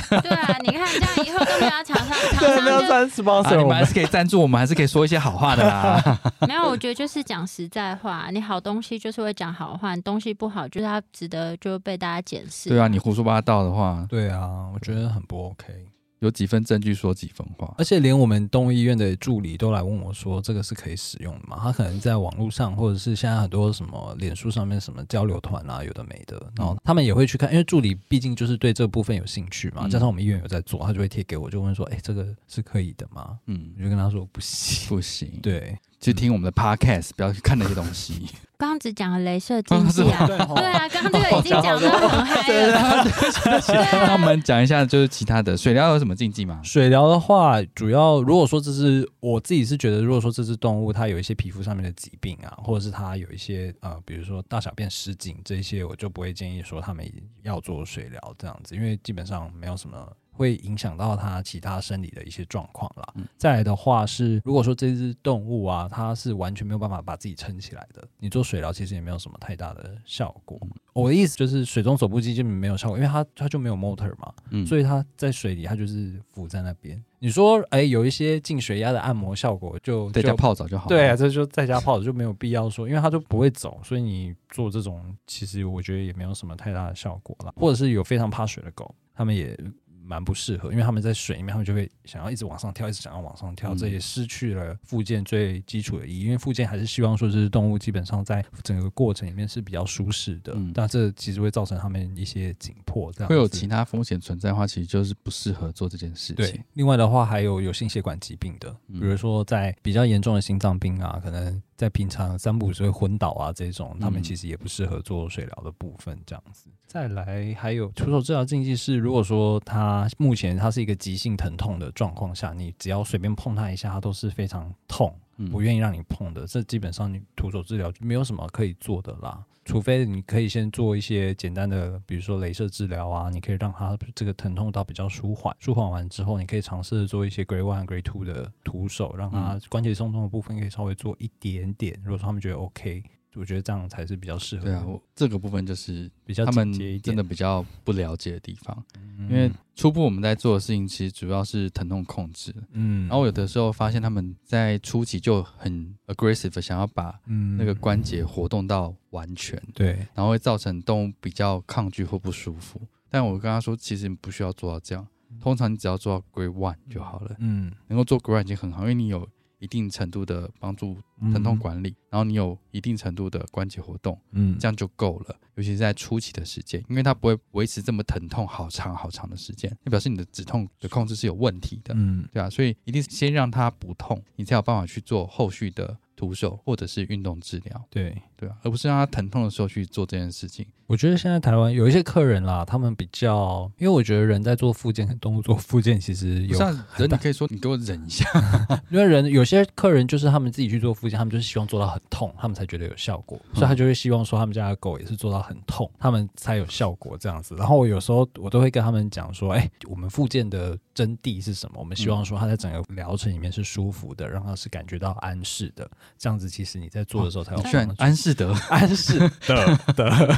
S2: 上。
S1: 对啊，你看这样以后都没有厂商，
S3: 对，
S1: 厂
S3: 没有
S1: 商
S3: 三十八
S2: 啊，
S3: 岁
S2: 你
S3: 我
S2: 们还
S3: 们
S2: 是可以赞助我们，还是可以说一些好话的啦。
S1: 就没有。我觉得就是讲实在话，你好东西就是会讲好话，你东西不好就是它值得就被大家检视。
S2: 对啊，你胡说八道的话，
S3: 对啊，我觉得很不 OK。
S2: 有几分证据说几分话。
S3: 而且连我们动物医院的助理都来问我说，这个是可以使用的吗？他可能在网络上，或者是现在很多什么脸书上面什么交流团啊，有的没的，然后他们也会去看，因为助理毕竟就是对这部分有兴趣嘛，
S2: 嗯
S3: 加上我们医院有在做，他就会贴给我，就问说，哎、这个是可以的吗？我
S2: 嗯，
S3: 就跟他说不行。
S2: 不行，，嗯
S3: 对，
S2: 就听我们的 podcast，不要去看那些东 西。
S1: 刚刚只讲了镭 射经济啊，
S3: 对
S1: 对啊，刚刚这个已经讲的很 嗨
S3: 啊
S1: 了，
S2: 那我们讲一下，就是其他的水疗有什么禁忌吗？
S3: 水疗的话，主要如果说这只我自己是觉得，如果说这只动物它有一些皮肤上面的疾病啊，或者是它有一些呃，比如说大小便失禁这一些，我就不会建议说他们要做水疗这样子，因为基本上没有什么会影响到它其他生理的一些状况啦。
S2: 嗯
S3: 再来的话是，如果说这只动物啊，它是完全没有办法把自己撑起来的，你做水疗其实也没有什么太大的效果。我的意思就是，水中走步机就没有效果，因为它它就没有 motor 嘛，
S2: 嗯，
S3: 所以它在水里，它就是浮在那边。你说，哎、有一些静水压的按摩效果就
S2: 在家
S3: 就
S2: 泡澡就好了。
S3: 对啊，这就在家泡着就没有必要说，因为它就不会走，所以你做这种其实我觉得也没有什么太大的效果啦。或者是有非常怕水的狗，它们也蛮不适合，因为它们在水里面，它们就会想要一直往上跳，一直想要往上跳，
S2: 嗯
S3: 这也失去了附件最基础的意义。因为附件还是希望说这只动物基本上在整个过程里面是比较舒适的，
S2: 嗯
S3: 但这其实会造成它们一些紧迫，这样
S2: 会有
S3: 子
S2: 其他风险存在的话，其实就是不适合做这件事
S3: 对
S2: 情。，
S3: 另外的话还有有心血管疾病的，比
S2: 嗯
S3: 如说在比较严重的心脏病啊，可能在平常三不五时会昏倒啊这种，他们
S2: 嗯
S3: 其实也不适合做水疗的部分这样子。再来还有徒手治疗禁忌是，如果说他目前他是一个急性疼痛的状况下，你只要随便碰他一下，他都是非常痛。
S2: 嗯
S3: 不愿意让你碰的，这基本上你徒手治疗就没有什么可以做的啦。除非你可以先做一些简单的，比如说镭射治疗啊，你可以让它这个疼痛到比较舒缓，舒缓完之后，你可以尝试做一些 Grade One、Grade Two 的徒手，让
S2: 嗯
S3: 它关节松动的部分可以稍微做一点点。如果说他们觉得 OK，我觉得这样才是比较适合，
S2: 对啊，我这个部分就是
S3: 比较
S2: 他们
S3: 简洁一点。
S2: 真的比较不了解的地方，
S3: 嗯，
S2: 因为初步我们在做的事情其实主要是疼痛控制，
S3: 嗯，
S2: 然后有的时候发现他们在初期就很 aggressive，地想要把
S3: 嗯
S2: 那个关节活动到完全，
S3: 对
S2: 然后会造成动物比较抗拒或不舒服。但我跟他说，其实你不需要做到这样，通常你只要做到 Grade One 就好了，
S3: 嗯
S2: 能够做 Grade One 已经很好，因为你有一定程度的帮助疼痛管理，然后你有一定程度的关节活动，
S3: 嗯
S2: 这样就够了。尤其是在初期的时间，因为它不会维持这么疼痛好长好长的时间，那表示你的止痛的控制是有问题的。
S3: 嗯
S2: 对啊，所以一定是先让它不痛，你才有办法去做后续的徒手或者是运动治疗，
S3: 对。
S2: 对啊，而不是让它疼痛的时候去做这件事情。
S3: 我觉得现在台湾有一些客人啦，他们比较，因为我觉得人在做复健跟动物做复健其实有，
S2: 像啊人，你可以说你给我忍一下，
S3: 因为人有些客人就是他们自己去做复健，他们就是希望做到很痛，他们才觉得有效果，所以他就会希望说他们家的狗也是做到很痛，他们才有效果这样子。然后我有时候我都会跟他们讲说，哎、我们复健的真谛是什么？我们希望说他在整个疗程里面是舒服的，让他是感觉到安适的，这样子其实你在做的时候才有
S2: 居然
S3: 帮助
S2: 安适德，
S3: 哦 安适的的，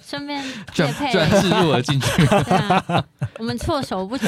S1: 顺 便 也
S2: 居然
S1: 配
S2: 居然置入了进去。
S1: 对啊，我们措手 不及。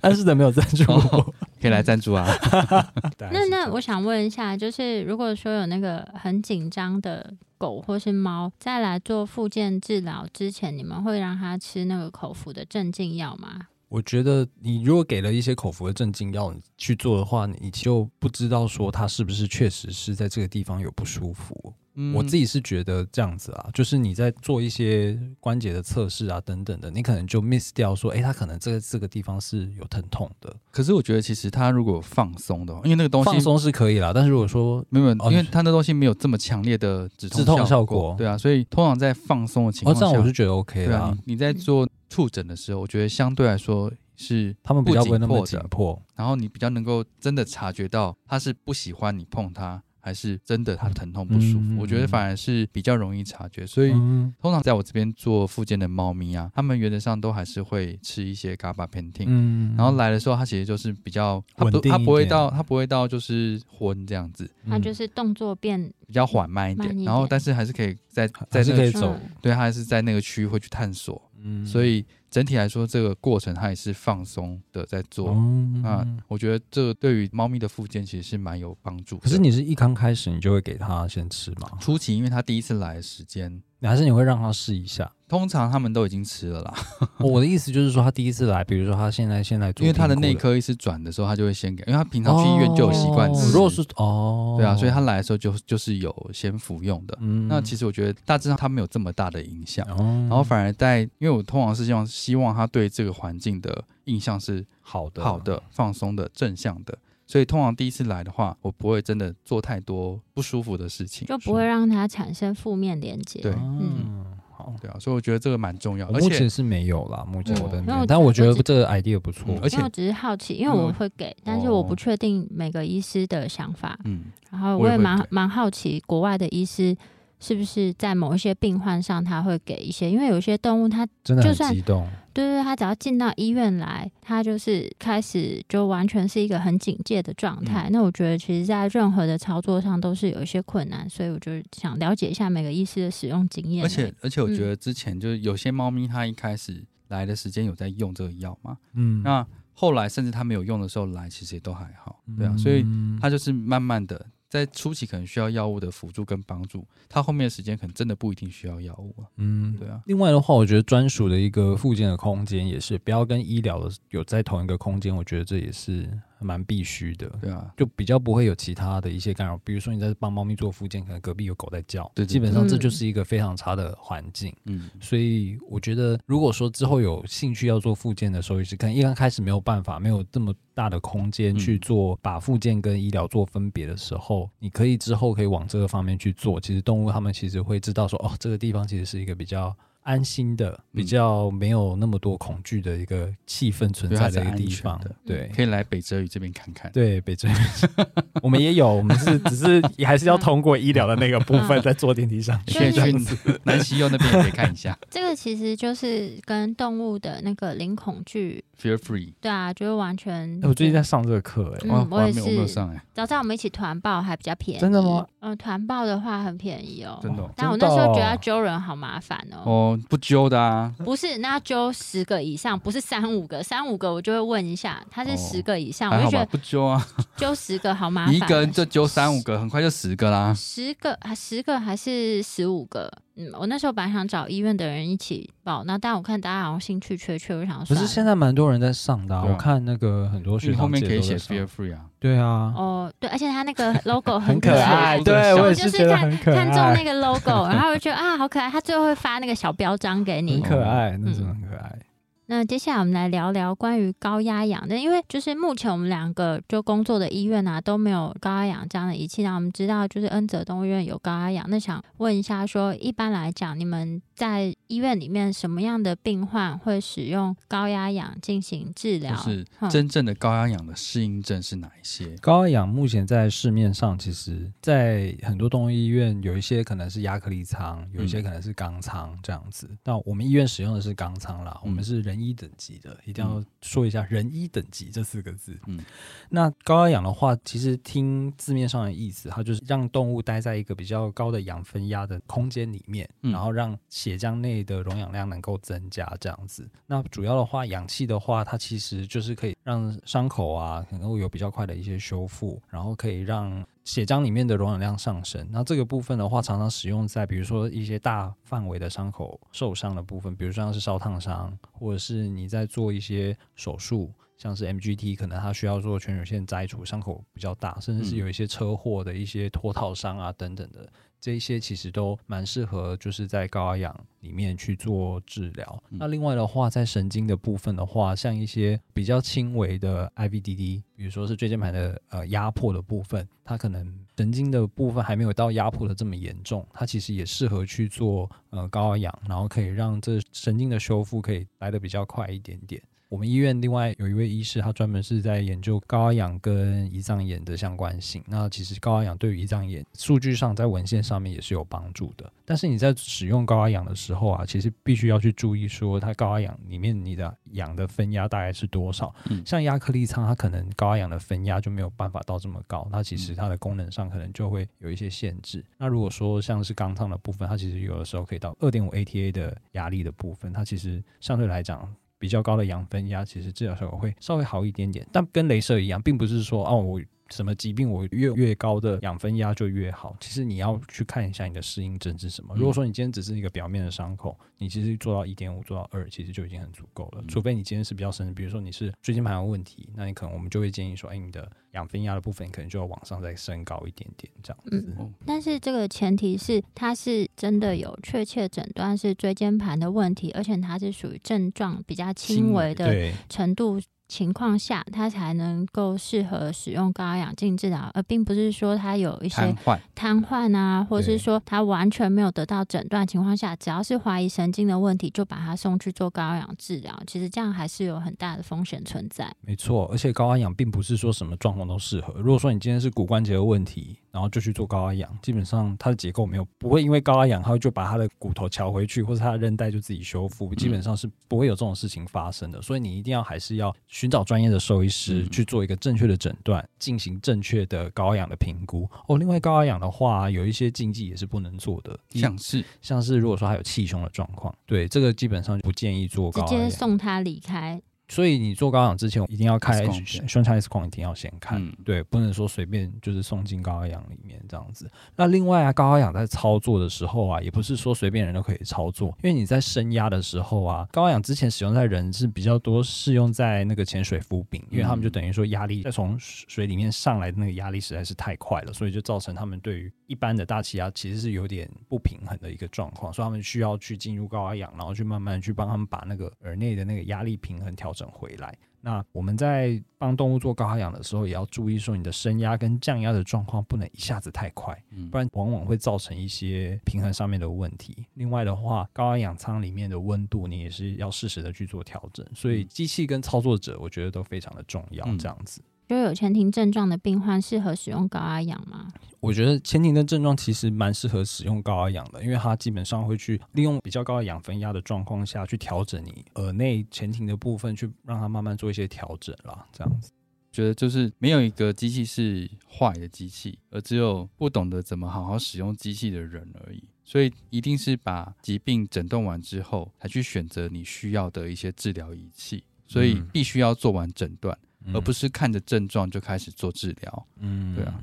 S3: 安适的没有赞助我。
S2: 哦可以来赞助啊！
S1: 那那我想问一下，就是如果说有那个很紧张的狗或是猫，在来做复健治疗之前，你们会让它吃那个口服的镇静药吗？
S3: 我觉得你如果给了一些口服的镇静药你去做的话，你就不知道说它是不是确实是在这个地方有不舒服。
S2: 嗯
S3: 我自己是觉得这样子啊，就是你在做一些关节的测试啊等等的，你可能就 miss 掉说，哎、它可能这个这个地方是有疼痛的。
S2: 可是我觉得其实它如果放松的话，因为那个东西
S3: 放松是可以啦，但是如果说
S2: 没有，
S3: 哦
S2: 因为
S3: 你是
S2: 它那东西没有这么强烈的止
S3: 止痛效
S2: 效
S3: 果
S2: 对啊，所以通常在放松的情
S3: 哦
S2: 况
S3: 这
S2: 下，
S3: 样我是觉得 OK
S2: 对
S3: 啦，
S2: 啊，你你在做触诊的时候，我觉得相对来说是，
S3: 他们比较不会那么
S2: 不紧迫的
S3: 紧迫。
S2: 然后你比较能够真的察觉到它是不喜欢你碰它，还是真的它疼痛不舒服。
S3: 嗯
S2: 我觉得反而是比较容易察觉，所以。
S3: 嗯
S2: 通常在我这边做附件的猫咪啊，它们原则上都还是会吃一些 GABA 片听、
S3: 嗯
S2: 然后，来的时候它其实就是比较，它
S3: 稳
S2: 不
S3: 定一
S2: 它不会
S3: 点
S2: 到它不会到就是昏这样子，
S1: 它就
S3: 嗯
S1: 是动作变，
S2: 比较缓慢一点，
S1: 慢一
S2: 然后
S1: 点
S2: 但是还是可以在在
S3: 还是
S2: 这
S3: 可
S2: 个
S3: 以
S2: 区
S3: 走。
S2: 对它还是在那个区域会去探索，
S3: 嗯
S2: 所以整体来说这个过程它也是放松的在做。
S3: 嗯
S2: 那我觉得这个对于猫咪的复健其实是蛮有帮助的。
S3: 可是你是一刚开始你就会给它先吃吗？
S2: 初期，因为它第一次来的时间，
S3: 还是你会让它试 一下？
S2: 通常他们都已经吃了啦，
S3: 哦我的意思就是说，他第一次来，比如说他现在先来做
S2: 因
S3: 评估，
S2: 为它的内科医师转的时候，他就会先给，因为他平常去医院就有习惯
S3: 哦
S2: 吃。
S3: 如果是哦，
S2: 对啊，所以他来的时候就就是有先服用的。
S3: 嗯
S2: 那其实我觉得大致上它没有这么大的影响。
S3: 哦，
S2: 然后反而在，因为我通常是希望希望他对这个环境的印象是
S3: 好的
S2: 好，的、放松的、正向的，所以通常第一次来的话，我不会真的做太多不舒服的事情，
S1: 就不会让它产生负面连接。
S2: 对
S3: 嗯，好，
S2: 对啊，所以我觉得这个蛮重要，
S3: 我
S2: 而
S3: 目
S2: 且
S3: 前是没有啦，目前我的
S1: 因为我，
S3: 但我觉得
S1: 我只
S3: 这个 idea 不错
S2: 嗯，而且
S1: 因为我只是好奇，因为我会给，但是我不确定每个医师的想法。
S2: 嗯，
S1: 然后
S2: 我
S1: 我
S2: 也
S1: 也
S2: 会
S1: 蛮
S2: 给
S1: 蛮好奇，国外的医师是不是在某一些病患上，他会给一些，因为有一些动物它，
S3: 真的很
S1: 就算
S3: 激动，
S1: 对对对，它只要进到医院来，它就是开始就完全是一个很警戒的状态。那我觉得其实，在任何的操作上都是有一些困难，所以我就想了解一下每个医师的使用经验。
S2: 而且而且我觉得之前就是有些猫咪它一开始来的时间有在用这个药嘛，
S3: 嗯
S2: 那后来甚至它没有用的时候来，其实也都还好，对啊，所以它就是慢慢的。在初期可能需要药物的辅助跟帮助，它后面的时间可能真的不一定需要药物啊。
S3: 嗯
S2: 对啊，
S3: 另外的话，我觉得专属的一个附件的空间也是，不要跟医疗的有在同一个空间，我觉得这也是蛮必须的。
S2: 对啊，
S3: 就比较不会有其他的一些干扰，比如说你在帮猫咪做复健，可能隔壁有狗在叫，
S2: 对对
S3: 基本上这
S1: 嗯
S3: 就是一个非常差的环境。
S2: 嗯，
S3: 所以我觉得，如果说之后有兴趣要做复健的时候，也是看，因为刚开始没有办法，没有这么大的空间
S2: 嗯
S3: 去做、把复健跟医疗做分别的时候，你可以之后可以往这个方面去做。其实动物它们其实会知道说，哦，这个地方其实是一个比较。安心的，
S2: 嗯
S3: 比较没有那么多恐惧的一个气氛存
S2: 对
S3: 在
S2: 它是
S3: 的一个
S2: 安
S3: 地
S2: 全
S3: 方
S2: 的，
S3: 对，
S2: 可以来北泽宇这边看看。
S3: 对，北镇， 我们也有，我们是只是也还是要通过医疗的那个部分，再坐电梯上去
S1: 所以
S2: 炫
S3: 这样
S2: 炫
S3: 子。
S2: 南西柚那边也可以看一下
S1: 这个其实就是跟动物的那个零恐惧，
S2: ，Fear Free。
S1: 对啊，就是完全。
S3: 哎我最近在上这个课，哎，
S1: 嗯
S2: 哇，
S1: 我
S2: 还
S1: 也
S2: 没有我没有
S1: 是
S2: 上哎，
S1: 早知道我们一起团报还比较便宜。
S3: 真的吗？
S1: 嗯，团报的话很便宜哦。
S2: 真的哦
S1: 但我那时候觉得要
S3: 真的
S1: 揪人好麻烦哦。
S2: 哦，不揪的啊，
S1: 不是，那要揪十个以上，不是三五个，三五个我就会问一下，他是
S2: 哦
S1: 十个以上，
S2: 还
S1: 我
S2: 好
S1: 就觉
S2: 吧，
S1: 得
S2: 不揪啊，
S1: 揪十个好麻
S2: 你
S1: 烦。啊
S2: 一个人就揪三五个，很快就十个啦。
S1: 十个还十个还是十五个？嗯，我那时候本来想找医院的人一起报，那但我看大家好像兴趣缺缺，我就想
S3: 可
S1: 算
S3: 是
S1: 了。
S3: 现在蛮多人在上的啊，
S2: 对啊
S3: 我看那个很多学
S2: 你后
S3: 长
S2: 面
S3: 姐
S2: 可以
S3: 都
S2: 写
S3: 在上
S2: Fear。Free 啊，
S3: 对啊，
S1: 哦，对，而且他那 个 logo
S3: 很
S1: 可
S3: 可爱，对
S1: 我
S3: 也
S1: 就是是
S3: 觉得很可
S1: 看中那
S3: 爱，
S1: 个 logo，然后我就觉得啊，好可爱。他最后会发那个小标章给
S3: 很
S1: 你。嗯
S3: 可爱，那真的很可爱。
S1: 那接下来我们来聊聊关于高压氧的，因为就是目前我们两个就工作的医院啊都没有高压氧这样的仪器，那我们知道就是恩泽动物医院有高压氧。那想问一下说一般来讲，你们在医院里面什么样的病患会使用高压氧进行治疗？
S2: 就是
S1: 哼
S2: 真正的高压氧的适应症是哪一些？
S3: 高氧目前在市面上，其实，在很多动物医院有一些可能是亚克力舱，有一
S2: 嗯
S3: 些可能是钢舱这样子。那我们医院使用的是钢舱啦，我
S2: 嗯
S3: 们是人医等级的，一定要说一下“人医等级”这四个字。
S2: 嗯
S3: 嗯，那高压氧的话，其实听字面上的意思，它就是让动物待在一个比较高的氧分压的空间里面，
S2: 嗯
S3: 然后让血浆内的溶氧量能够增加这样子。那主要的话，氧气的话，它其实就是可以让伤口啊，可能会有比较快的一些修复，然后可以让血浆里面的溶氧量上升。那这个部分的话，常常使用在比如说一些大范围的伤口受伤的部分，比如说像是烧烫伤，或者是你在做一些手术。像是 MGT，可能它需要做全乳腺摘除，伤口比较大，甚至
S2: 嗯
S3: 是有一些车祸的一些脱套伤啊等等的，这一些其实都蛮适合，就是在高压氧里面去做治疗。
S2: 嗯
S3: 那另外的话，在神经的部分的话，像一些比较轻微的 IVDD，比如说是椎间盘的呃压迫的部分，它可能神经的部分还没有到压迫的这么严重，它其实也适合去做呃高压氧，然后可以让这神经的修复可以来得比较快一点点。我们医院另外有一位医师，他专门是在研究高压氧跟胰脏炎的相关性。那其实高压氧对于胰脏炎，数据上在文献上面也是有帮助的。但是你在使用高压氧的时候啊，其实必须要去注意说，它高压氧里面你的氧的分压大概是多少。
S2: 嗯
S3: 像亚克力舱，它可能高压氧的分压就没有办法到这么高，它其实它的功能上可能就会有一些限制。那如果说像是钢舱的部分，它其实有的时候可以到二点五 ATA 的压力的部分，它其实相对来讲比较高的氧分压，其实治疗效果会稍微好一点点。但跟镭射一样，并不是说哦，我什么疾病我越越高的氧分压就越好。其实你要去看一下你的适应症是什么。
S2: 嗯
S3: 如果说你今天只是一个表面的伤口，你其实做到一点五、做到二，其实就已经很足够了。除非你今天是比较深的，比如说你是椎间盘有问题，那你可能我们就会建议说，哎，你的氧分压的部分可能就要往上再升高一点点，这样子。
S2: 哦
S1: 但是这个前提是他是真的有确切诊断是椎间盘的问题，而且他是属于症状比较轻
S2: 轻
S1: 微的
S3: 对，
S1: 程度情况下，它才能够适合使用高压氧镜治疗，而呃并不是说它有一
S2: 瘫
S1: 些
S2: 痪，
S1: 瘫痪啊，或
S3: 对
S1: 是说它完全没有得到诊断情况下，只要是怀疑神经的问题，就把它送去做高压氧治疗。其实这样还是有很大的风险存在。
S3: 没错，而且高压氧并不是说什么状况都适合。如果说你今天是骨关节的问题，然后就去做高压氧，基本上它的结构没有不会因为高压氧它就把它的骨头敲回去，或者它的韧带就自己修复，基
S2: 嗯
S3: 本上是不会有这种事情发生的。所以你一定要还是要寻找专业的兽医师
S2: 嗯
S3: 去做一个正确的诊断，进行正确的高压氧的评估。哦，另外高压氧的话，啊有一些禁忌也是不能做的，
S1: 嗯
S2: 像是
S3: 像是如果说还有气胸的状况，对这个基本上不建议做
S1: 直
S3: 高压
S1: 接
S3: 氧。
S1: 送他离开，
S3: 所以你做高氧之前，一定要开
S2: X 光片
S3: 胸腔 X 光，一定要先看，
S2: 嗯
S3: 对，不能说随便就是送进高压氧里面这样子。那另外啊，高压氧在操作的时候啊，也不是说随便人都可以操作，因为你在升压的时候啊，高压氧之前使用在人是比较多适用在那个潜水浮饼，因为他们就等于说压力在从水里面上来的那个压力实在是太快了，所以就造成他们对于一般的大气压其实是有点不平衡的一个状况，所以他们需要去进入高压氧，然后去慢慢去帮他们把那个耳内的那个压力平衡调整回来。那我们在帮动物做高压氧的时候，也要注意说你的升压跟降压的状况不能一下子太快，
S2: 嗯
S3: 不然往往会造成一些平衡上面的问题。另外的话，高压氧舱里面的温度你也是要适时的去做调整，所以机器跟操作者我觉得都非常的重要。
S2: 嗯
S3: 这样子，
S1: 就有前庭症状的病患适合使用高压氧吗？
S3: 我觉得前庭的症状其实蛮适合使用高压氧的，因为它基本上会去利用比较高的氧分压的状况下去调整你耳内前庭的部分，去让它慢慢做一些调整啦。这样子，
S2: 觉得就是没有一个机器是坏的机器，而只有不懂得怎么好好使用机器的人而已。所以一定是把疾病诊断完之后，才去选择你需要的一些治疗仪器。所以
S3: 嗯
S2: 必须要做完诊断，而不
S3: 是
S2: 是看着症状就开始做治疗。
S3: 嗯
S2: 对啊。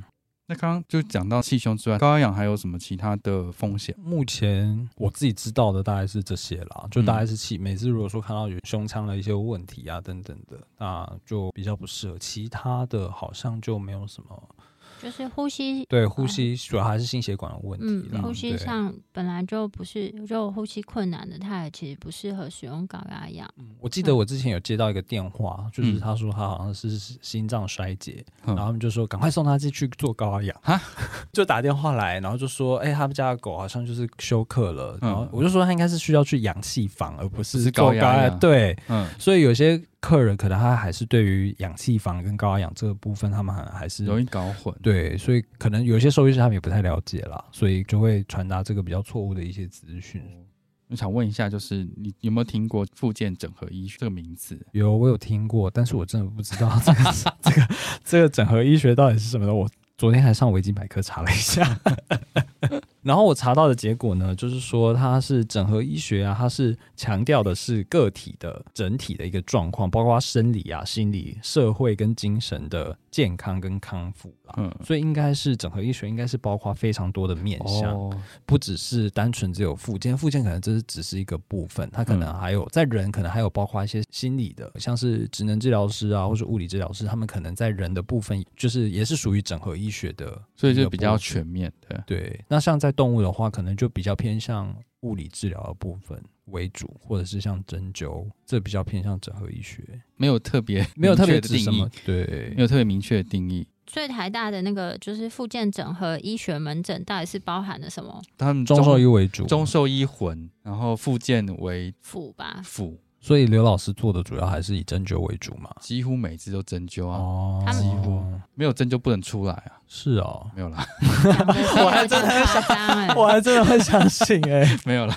S2: 那刚刚就讲到气胸之外，高压氧还有什么其他的风险？
S3: 目前我自己知道的大概是这些啦，就大概是气。每次如果说看到有胸腔的一些问题啊等等的，那就比较不适合。其他的好像就没有什么。
S1: 就是呼吸，
S3: 对，呼吸主要还是心血管的问
S1: 嗯
S3: 题啦。，
S1: 呼吸
S3: 对
S1: 上本来就不是，就呼吸困难的，他也其实不适合使用高压氧。
S3: 我记得我之前有接到一个电话，就是他说他好像是心脏衰竭，
S2: 嗯
S3: 然后他们就说赶快送他进去做高压氧，
S2: 哈
S3: 就打电话来，然后就说哎、他们家的狗好像就是休克了，然后
S2: 嗯
S3: 我就说他应该是需要去氧气房，而不
S2: 不
S3: 是
S2: 是
S3: 做
S2: 高压
S3: 压
S2: 氧
S3: 对，
S2: 嗯，
S3: 所以有些客人可能他还是对于氧气房跟高压氧这个部分，他们还还是
S2: 容易搞混。
S3: 对，所以可能有些兽医师他们也不太了解啦，所以就会传达这个比较错误的一些资讯。
S2: 嗯我想问一下，就是你有没有听过复健整合医学这个名词？
S3: 有，我有听过，但是我真的不知道这个是这个这个整合医学到底是什么的。我昨天还上维基百科查了一下， 然后我查到的结果呢，就是说它是整合医学啊，它是强调的是个体的整体的一个状况，包括生理啊、心理、社会跟精神的健康跟康复啦。
S2: 嗯，
S3: 所以应该是整合医学，应该是包括非常多的面向。
S2: 哦，
S3: 不只是单纯只有附件，附件可能这是只是一个部分，它可
S2: 嗯
S3: 能还有、在人可能还有包括一些心理的，像是职能治疗师啊，或者物理治疗师，他们可能在人的部分就是也是属于整合医学的，
S2: 所以就比较。全面的。
S3: 对，那像在动物的话，可能就比较偏向物理治疗的部分为主，或者是像针灸，这比较偏向整合医学，
S2: 没有特别
S3: 没有特别
S2: 明确的
S3: 指什
S2: 定义
S3: 么，，对
S2: 没，有特别明确的定义。
S1: 所以台大的那个就是复健整合医学门诊到底是包含了什么
S2: 他们
S3: 中兽医为主，
S2: 中兽医魂，然后复健为
S1: 辅 吧？
S2: 辅，
S3: 所以刘老师做的主要还是以针灸为主嘛。
S2: 几乎每次都针灸啊，
S3: 啊哦
S1: 他们几
S2: 乎没有针灸不能出来啊，
S3: 是哦，
S2: 没有啦，
S1: 我还真的哎想，
S3: 我还真的会相信哎、
S2: 没有啦，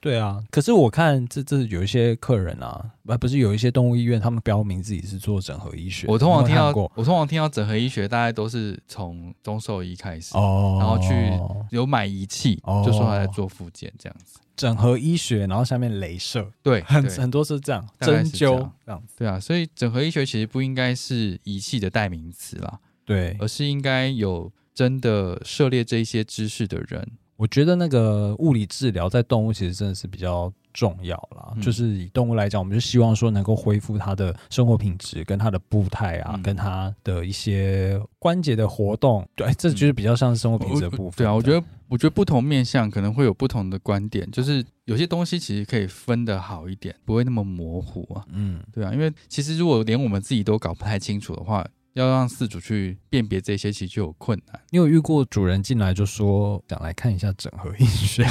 S3: 对啊，可是我看这这有一些客人啊，啊不是有一些动物医院，他们标明自己是做整合医学。
S2: 我通常
S3: 你
S2: 听
S3: 有没
S2: 到
S3: 有看过
S2: 我通常听到整合医学，大概都是从中兽医开始，
S3: 哦，
S2: 然后去有买仪器，
S3: 哦
S2: 就说他在做复健这样子。
S3: 整合医学，然后下面镭射，
S2: 对，
S3: 很
S2: 对
S3: 很多是这样，
S2: 大概
S3: 针
S2: 是这
S3: 灸
S2: 样
S3: 这样子。
S2: 对啊，所以整合医学其实不应该是仪器的代名词啦，
S3: 对，
S2: 而是应该有真的涉猎这一些知识的人，
S3: 我觉得那个物理治疗在动物其实真的是比较重要啦，
S2: 嗯
S3: 就是以动物来讲，我们就希望说能够恢复它的生活品质、跟它的步态啊，
S2: 嗯
S3: 跟它的一些关节的活动，对，这就是比较像是生活品质的部分。
S2: 对啊，嗯我觉得我觉得不同面向可能会有不同的观点，就是有些东西其实可以分得好一点，不会那么模糊啊。
S3: 嗯，
S2: 对啊，因为其实如果连我们自己都搞不太清楚的话，要让饲主去辨别这些，其实就有困难。
S3: 你有遇过主人进来就说想来看一下整合医 学？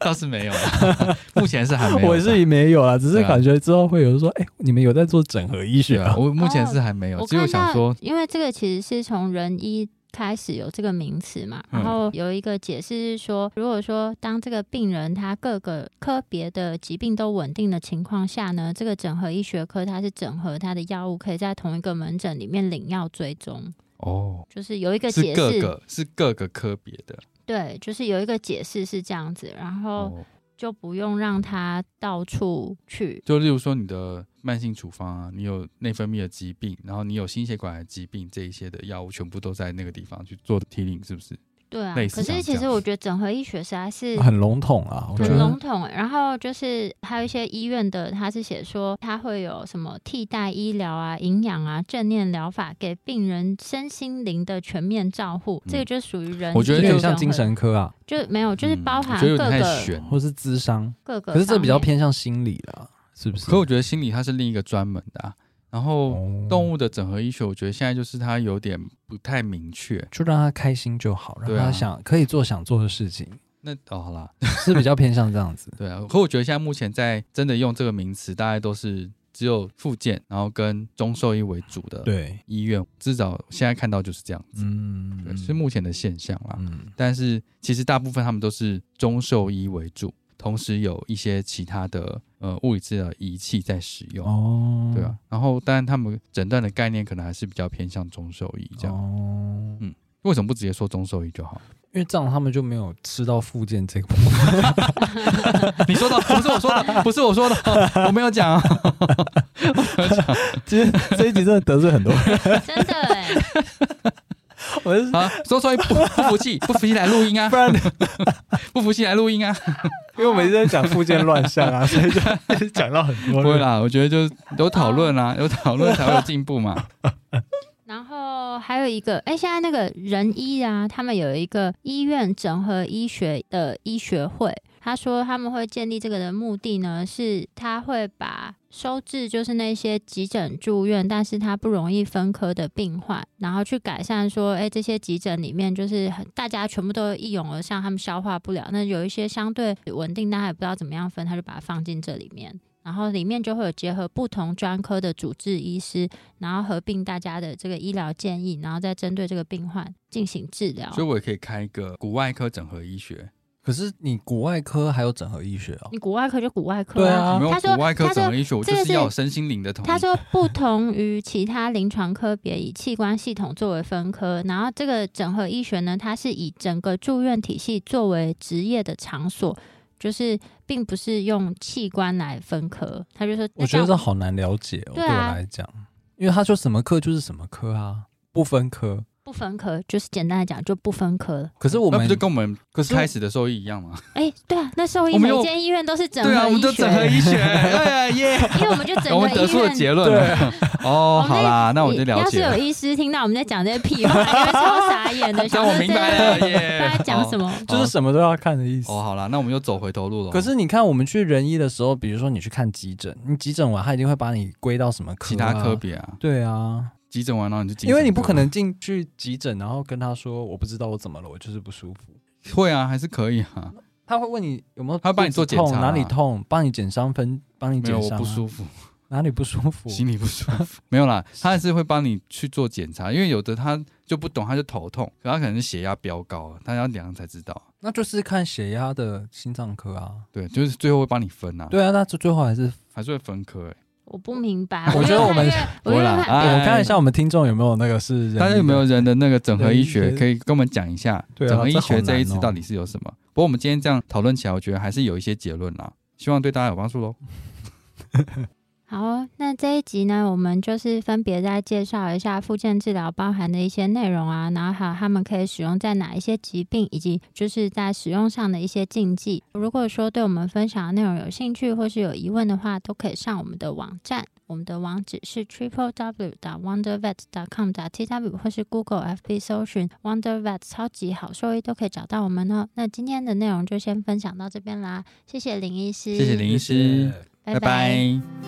S2: 倒是没有啦， 目前是还没有。
S3: 我是没有啦，只是
S2: 对啊
S3: 感觉之后会有人说，哎、你们有在做整合医
S2: 对
S3: 学
S2: 啊，
S3: 啊？
S2: 我目前是还没有，
S1: 哦我
S2: 只有
S1: 看
S2: 想
S1: 到，
S2: 说，
S1: 因为这个其实是从人医开始有这个名词嘛，
S2: 嗯
S1: 然后有一个解释是说，如果说当这个病人他各个科别的疾病都稳定的情况下呢，这个整合医学科它是整合他的药物，可以在同一个门诊里面领药追踪，
S2: 哦，
S1: 就是有一个
S2: 是
S1: 解
S2: 各
S1: 释，
S2: 个是各个科别的
S1: 对，就是有一个解释是这样子，然后。
S2: 哦，
S1: 就不用让它到处去。
S2: 就例如说你的慢性处方啊，你有内分泌的疾病，然后你有心血管的疾病，这一些的药物全部都在那个地方去做提领，是不是？
S1: 对啊，
S2: 类似
S1: 可
S2: 像
S1: 是其
S2: 这
S1: 实
S2: 样
S1: 我觉得整合医学实在是
S3: 很笼统啊，我觉
S1: 很
S3: 得
S1: 笼统。欸然后就是还有一些医院的，它是写说它会有什么替代医疗啊、营养啊、正念疗法，给病人身心灵的全面照护。这个
S2: 嗯
S1: 就属于人，
S3: 我觉得有
S1: 就
S3: 点像精，神科啊，
S1: 就没有，就是
S2: 嗯
S1: 包
S2: 我
S1: 含
S2: 觉得有
S1: 各
S2: 点太
S1: 个
S2: 悬。
S3: 或是智商，
S1: 各个。
S3: 可是这比较。偏向心理啦，是不是？
S2: 可我觉得心理它是另一个专门的、啊，然后
S3: 哦
S2: 动物的整合医学，我觉得现在就是它有点不太明确。
S3: 就让他开心就好，让
S2: 对啊
S3: 他想、可以做想做的事情，
S2: 那哦，好啦，。
S3: 是比较偏向这样子
S2: 对啊，可我觉得现在目前在真的用这个名词，大概都是只有复健，然后跟中兽医为主的
S3: 对，
S2: 医院，至少现在看到就是这样子，
S3: 嗯
S2: 对，是目前的现象啦。
S3: 嗯
S2: 但是其实大部分他们都是中兽医为主，同时有一些其他的呃物理治疗仪器在使用，
S3: 哦，
S2: 对啊，。然后当然他们诊断的概念可能还是比较偏向中兽医这样，
S3: 哦，
S2: 为什么不直接说中兽医 就好？
S3: 因为这样他们就没有吃到附件这个部
S2: 你说的不是我说的，不是我说的，我没有讲、啊。
S3: 分。其实这一集真的得罪很多人，
S1: 真的哎、
S3: 我是
S2: 啊，说所以不不服气，不服气来录音啊，
S3: 不然
S2: 不服气来录
S1: 哦
S2: 音啊。
S3: 因为我每次在讲附件乱象 啊，所以就讲到很多
S2: 不
S3: 人
S2: 会啦，我觉得就是有讨论
S1: 啊
S2: 啦，有讨论才会有进 步嘛。
S1: 然后还有一个，哎，现在那个仁医啊，他们有一个医院整合医学的医学会，他说他们会建立这个的目的呢，是他会把收治就是那些急诊住院，但是他不容易分科的病患，然后去改善说，哎，这些急诊里面就是很大家全部都一涌而上，他们消化不了，那有一些相对稳定，但他也不知道怎么样分，他就把它放进这里面。然后里面就会有结合不同专科的主治医师，然后合并大家的这个医疗建议，然后再针对这个病患进行治疗。
S2: 所以我也可以开一个骨外科整合医学，
S3: 可是你骨外科还有整合医学哦，
S1: 你骨外科就骨外科、
S3: 对啊
S2: 没有
S1: 他说
S2: 骨外科
S1: 他
S2: 整
S1: 说
S2: 合医学，我就
S1: 这个
S2: 是要有
S1: 是
S2: 身心灵的统一。
S1: 他说，不同于其他临床科别以器官系统作为分科，然后这个整合医学呢，它是以整个住院体系作为职业的场所，就是并不是用器官来分科。他就说，
S3: 我觉得这好难了解哦，
S1: 对
S3: 对
S1: 啊
S3: 我来讲，因为他说什么科就是什么科啊，不分科。
S1: 不分科，就是简单来讲就不分科了。
S3: 可是我
S2: 那
S3: 们
S2: 不就跟我们
S3: 可是
S2: 开始的兽医一样吗？
S1: 哎、对啊，那时候
S2: 我们
S1: 每
S2: 又
S1: 间医院都是整
S2: 对啊，
S1: 合
S2: 我
S1: 医
S2: 们就
S1: 学，
S2: 整合医 学，哎呀耶！
S1: 因为我们就整
S2: 我
S1: 个
S2: 们得
S1: 医
S2: 出了
S1: 院
S2: 结论了。 哦，好啦，那我就了
S1: 要是
S2: 解
S1: 有
S2: 了，
S1: 医师听到我们在讲这些屁话，你们超傻眼 的。
S2: 这
S1: 想
S2: 样我
S1: 说
S2: 明白
S1: 这
S2: 了耶。
S1: 在讲什
S2: 么？
S1: 么？
S3: 就是什么都要看的意思。
S2: 哦，好啦，那我们又走回头路了。
S3: 可是你看，我们去仁医的时候，比如说你去看急诊，你急诊完，他一定会把你归到什么科、
S1: 嗯
S2: 其他科？别啊，
S3: 对啊，
S2: 急诊完然后你就急诊
S3: 因为你不可
S2: 科
S3: 能进去急诊，然后跟他说我不知道我怎么了，我就是不舒服。
S2: 会啊，还是可以啊。
S3: 他会问你有没有，
S2: 他会帮你做检查啊
S3: 痛哪里痛，帮你减伤分，帮你
S2: 没
S3: 减
S2: 有，我
S3: 伤、啊，
S2: 不舒服。
S3: 哪里不舒服？
S2: 心里不舒服。 没有啦，他还是会帮你去做检查，因为有的他就不懂，他就头痛，可他可能是血压飙高，他要量才知道。
S3: 那就是看血压的心脏科啊。
S2: 对，就是最后会帮你分啊，，
S3: 对啊，那最最后还是
S2: 还是会分科、欸。
S1: 我不明白。
S3: 我觉得我们
S1: 越看越我
S2: 不会
S1: 越
S2: 啦
S1: 看
S2: 哎
S3: 我看一下我们听众有没有那个是仁医的
S2: 大家有没有人的那个整合医学
S3: 对
S2: 可以跟我们讲一下？
S3: 对啊
S2: 整合医
S3: 这好
S2: 学
S3: 难哦
S2: 这一次到底是有什么？不过我们今天这样讨论起来，我觉得还是有一些结论啦，希望对大家有帮助喽。
S1: 好哦，那这一集呢，我们就是分别再介绍一下复健治疗包含的一些内容啊，然后还有他们可以使用在哪一些疾病，以及就是在使用上的一些禁忌。如果说对我们分享的内容有兴趣或是有疑问的话，都可以上我们的网站。我们的网址是 triple w wondervet com t w 或是 Google FB 搜寻 wondervet 超级好兽医都可以找到我们哦。那今天的内容就先分享到这边啦，谢谢林医师，
S2: 谢谢林医师，
S1: 拜拜
S2: 拜